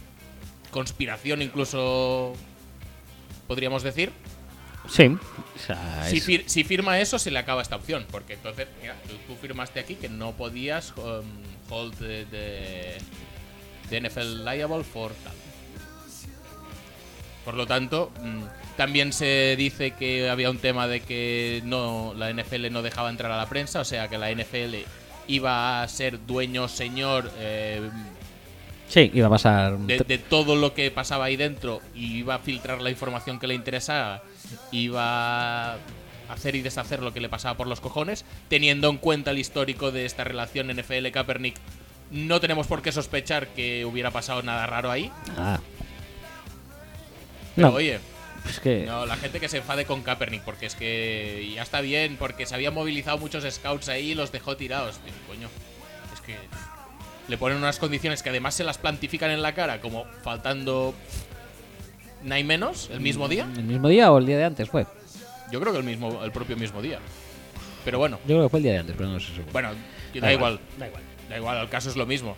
conspiración incluso, podríamos decir, Sí. O sea, si, es- fir- si firma eso se le acaba esta opción. Porque entonces, mira, tú, tú firmaste aquí que no podías um, hold the, the- the NFL liable for tal. Por lo tanto, mm, también se dice que había un tema de que no la NFL no dejaba entrar a la prensa, o sea que la NFL iba a ser dueño señor eh, sí, iba a pasar... de, de todo lo que pasaba ahí dentro y iba a filtrar la información que le interesaba, iba a hacer y deshacer lo que le pasaba por los cojones, teniendo en cuenta el histórico de esta relación NFL-Kaepernick. No tenemos por qué sospechar que hubiera pasado nada raro ahí. Ah. Pero No, oye, es que... no, la gente que se enfade con Kaepernick, porque es que ya está bien, porque se habían movilizado muchos scouts ahí y los dejó tirados. Tío, coño, es que le ponen unas condiciones que además se las plantifican en la cara, como faltando nada menos el mismo día. ¿El mismo día o el día de antes fue? Yo creo que el mismo, el propio mismo día. Pero bueno, Yo creo que fue el día de antes, pero no sé seguro. bueno, da igual, Da igual. da igual, el caso es lo mismo.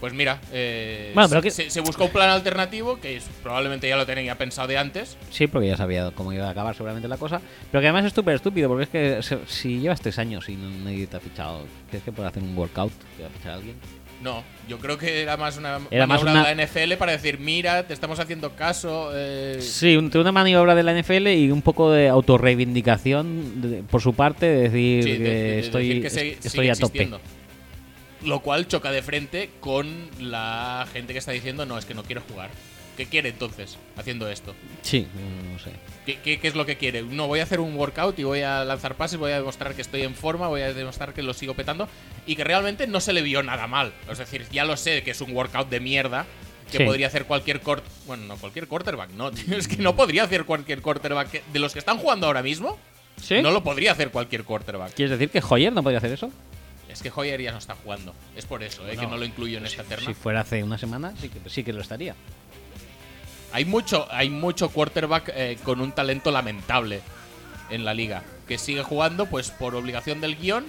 Pues mira, eh, Bueno, pero que- se, se buscó un plan alternativo que es- probablemente ya lo tenía pensado de antes. Sí, porque ya sabía cómo iba a acabar seguramente la cosa. Pero que además es súper estúpido, porque es que se- si llevas tres años y no- nadie te ha fichado, ¿crees que puedes hacer un workout? ¿Te va a fichar alguien? No, yo creo que era más una Era más maniobra una- de la NFL para decir, mira, te estamos haciendo caso. eh, Sí, un- una maniobra de la NFL y un poco de autorreivindicación de- por su parte, de decir sí, de- que de- de estoy, decir que se- est- sigue estoy a tope. existiendo. Lo cual choca de frente con la gente que está diciendo, no, es que no quiero jugar. ¿Qué quiere entonces haciendo esto? Sí, no, no sé. ¿Qué, qué, qué es lo que quiere? No, voy a hacer un workout y voy a lanzar pases, voy a demostrar que estoy en forma, voy a demostrar que lo sigo petando y que realmente no se le vio nada mal. Es decir, ya lo sé que es un workout de mierda, que Sí. podría hacer cualquier cort... Bueno, no, cualquier quarterback, no, tío, es que no podría hacer cualquier quarterback. que- De los que están jugando ahora mismo, ¿Sí? no lo podría hacer cualquier quarterback. ¿Quieres decir que Hoyer no podía hacer eso? Es que Hoyer ya no está jugando. Es por eso, eh, que no lo incluyo en esta terna. Si fuera hace una semana, sí que, sí que lo estaría. Hay mucho, hay mucho quarterback eh, con un talento lamentable en la liga. Que sigue jugando pues por obligación del guión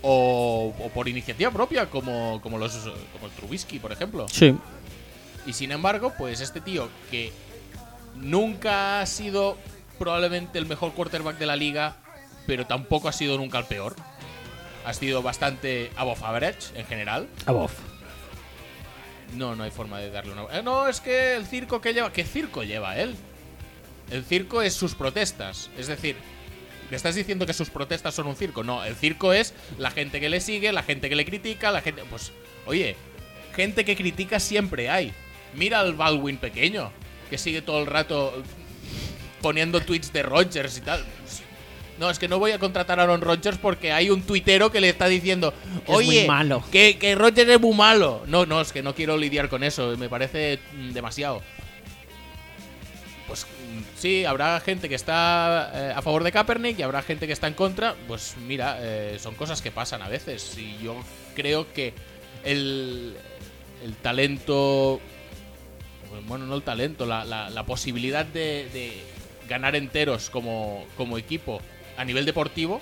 o, o por iniciativa propia, como, como los como Trubisky, por ejemplo. Sí. Y sin embargo, pues este tío que nunca ha sido probablemente el mejor quarterback de la liga, pero tampoco ha sido nunca el peor. Ha sido bastante above average en general. Above. No, no hay forma de darle una. Eh, no, es que el circo que lleva. ¿Qué circo lleva él? El circo es sus protestas. Es decir, ¿me estás diciendo que sus protestas son un circo? No, el circo es la gente que le sigue, la gente que le critica, la gente. Pues, oye, gente que critica siempre hay. Mira al Baldwin pequeño, que sigue todo el rato poniendo tweets de Rogers y tal. No, es que no voy a contratar a Aaron Rodgers porque hay un tuitero que le está diciendo, Que es muy oye, malo". Que, que Rodgers es muy malo. No, no, es que no quiero lidiar con eso, me parece mm, demasiado. Pues mm, sí, habrá gente que está eh, a favor de Kaepernick y habrá gente que está en contra. Pues mira, eh, son cosas que pasan a veces. Y yo creo que el, el talento bueno, no el talento, la, la- la posibilidad de, de ganar enteros como, como equipo a nivel deportivo,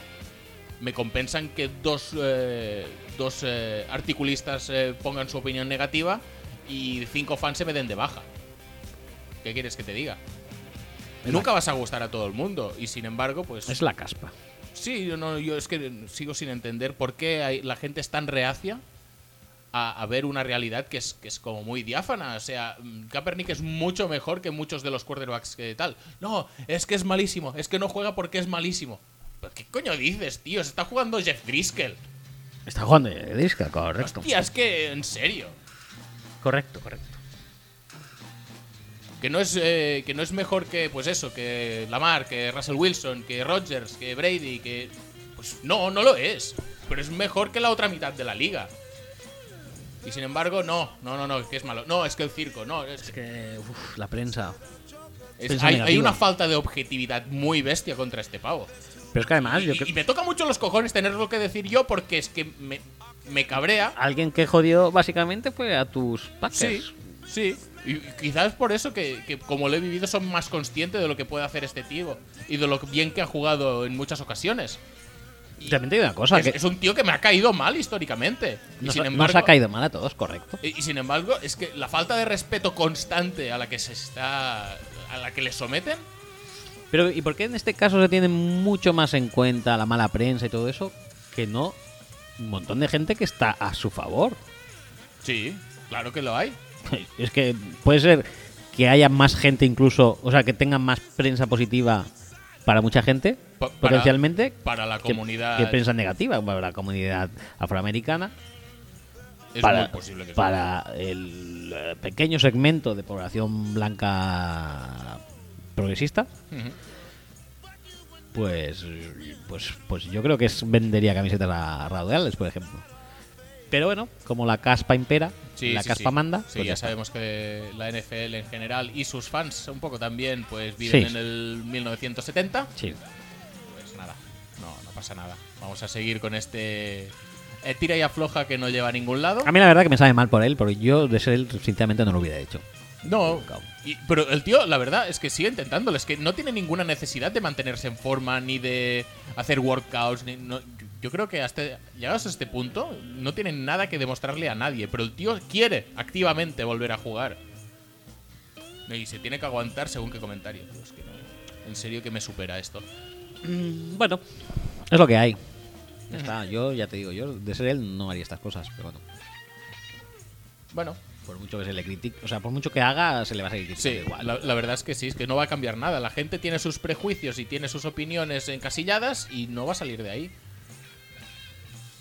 me compensan que dos, eh, dos eh, articulistas eh, pongan su opinión negativa y cinco fans se me den de baja. ¿Qué quieres que te diga? Nunca vas a gustar a todo el mundo y sin embargo, pues... Es la caspa. Sí, yo, no, yo es que sigo sin entender por qué hay- la gente es tan reacia a, a ver una realidad que es, que es como muy diáfana. O sea, mm, Kaepernick es mucho mejor que muchos de los quarterbacks que tal. No, es que es malísimo, es que no juega porque es malísimo. ¿Pero ¿Qué coño dices, tío? Se está jugando Jeff Driscoll. Está jugando de disca, correcto. Hostia, es que en serio. Correcto, correcto. Que no es, eh, que no es mejor que, pues eso, que Lamar, que Russell Wilson, que Rodgers, que Brady, que. Pues no, no lo es. Pero es mejor que la otra mitad de la liga. Y sin embargo, no, no, no, no, que es malo. No, es que el circo, no. Es, Es que, uf, la prensa. es- piensa hay, hay negativo. una falta de objetividad muy bestia contra este pavo. Pero es que además, Y, Ah, yo y creo. me toca mucho los cojones tenerlo que decir yo porque es que me, me cabrea Alguien que jodió básicamente fue a tus Packers. Sí, sí. Y quizás por eso que, que como lo he vivido son más conscientes de lo que puede hacer este tío y de lo bien que ha jugado en muchas ocasiones. También te digo una cosa, es, que es un tío que me ha caído mal históricamente. Y nos, sin ha- nos embargo, ha caído mal a todos, correcto. Y, y sin embargo, es que la falta de respeto constante a la que se está. a la que le someten. Pero, ¿y por qué en este caso se tiene mucho más en cuenta la mala prensa y todo eso que no un montón de gente que está a su favor? Sí, claro que lo hay. Es que puede ser que haya más gente incluso, o sea, que tengan más prensa positiva para mucha gente, Pa- para- potencialmente, Para la que- comunidad. que prensa negativa para la comunidad afroamericana, es para, muy posible que sea. para el eh, pequeño segmento de población blanca progresista. Ujú. Pues, pues, pues yo creo que es- vendería camisetas a Raudales, por ejemplo. Pero bueno, como la caspa impera, Sí, la sí, caspa sí. manda, Sí, pues ya ya está. sabemos que la NFL en general y sus fans un poco también, pues viven Sí. en el 1970. Sí. Pues nada, no, no pasa nada. Vamos a seguir con este eh, tira y afloja que no lleva a ningún lado. A mí la verdad que me sabe mal por él, porque yo de ser él, sinceramente, no lo hubiera hecho. No, y- pero el tío, la verdad, es que sigue intentándolo. Es que no tiene ninguna necesidad de mantenerse en forma, ni de hacer workouts. Ni, no- yo creo que hasta llegados a este punto, no tienen nada que demostrarle a nadie. Pero el tío quiere activamente volver a jugar. Y se tiene que aguantar según qué comentario. tío, es que no- en serio que me supera esto. Bueno, es lo que hay. Ya está, yo ya te digo, yo de ser él no haría estas cosas, pero bueno, Bueno, por mucho que se le critique, o sea, por mucho que haga, se le va a seguir criticando Sí, igual. la, la verdad es que sí, es que no va a cambiar nada. La gente tiene sus prejuicios y tiene sus opiniones encasilladas y no va a salir de ahí.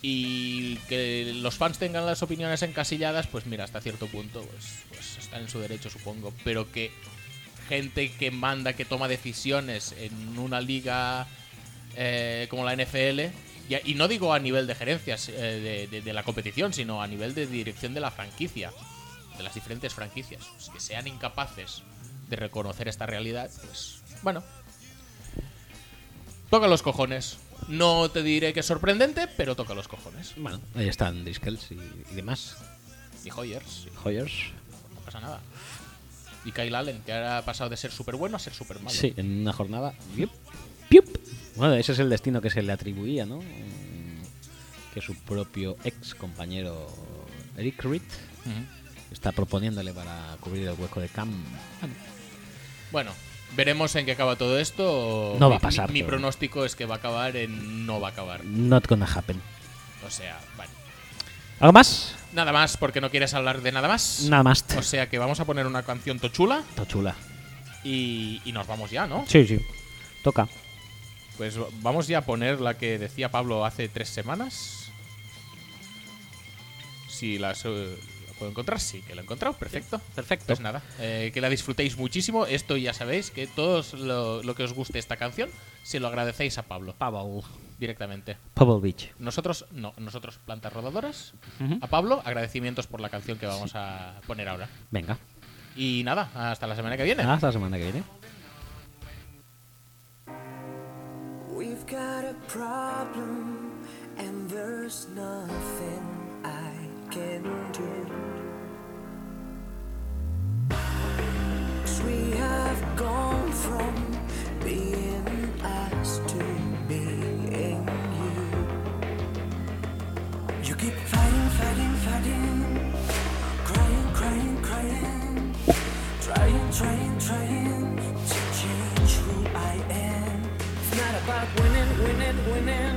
Y que los fans tengan las opiniones encasilladas, pues mira, hasta cierto punto, pues, pues están en su derecho, supongo. Pero que gente que manda, que toma decisiones en una liga eh, como la NFL, y, a- y no digo a nivel de gerencias eh, de, de- de la competición, sino a nivel de dirección de la franquicia, de las diferentes franquicias, pues que sean incapaces de reconocer esta realidad, pues bueno. Toca los cojones. No te diré que es sorprendente, pero toca los cojones. Bueno, ahí están Driscolls y, y demás, Y pues Hoyers, Hoyers. no pasa nada. Y Kyle Allen, que ahora ha pasado de ser súper bueno a ser súper malo. Sí, en una jornada. Piup, piup. Bueno, ese es el destino que se le atribuía, ¿no? Mm, Que su propio ex compañero Eric Reed está proponiéndole para cubrir el hueco de Cam. Bueno, veremos en qué acaba todo esto. No va Mi- a pasar, Mi, mi pero- pronóstico es que va a acabar en no va a acabar. Not gonna happen. O sea, vale. ¿Algo más? Nada más porque no quieres hablar de nada más. Nada más. O sea que vamos a poner una canción tochula Está chula. y, y nos vamos ya, ¿no? Sí, sí. Toca. Pues vamos ya a poner la que decía Pablo hace tres semanas. Si la, su- la puedo encontrar, sí, que la he encontrado, perfecto. perfecto. Pues nada, eh, que la disfrutéis muchísimo. Esto ya sabéis que todos lo, lo que os guste esta canción, se lo agradecéis a Pablo Pablo. directamente. Pablo Beach. Nosotros, no, nosotros plantas rodadoras. A Pablo, agradecimientos por la canción que vamos a poner ahora. Venga. Y nada, hasta la semana que viene. Hasta la semana que viene. We've got a problem, and there's nothing I can do. 'Cause we have gone from being us to being you. You keep fighting, fighting, fighting, crying, crying, crying, trying, trying, trying to change who I am. It's not about winning, winning, winning.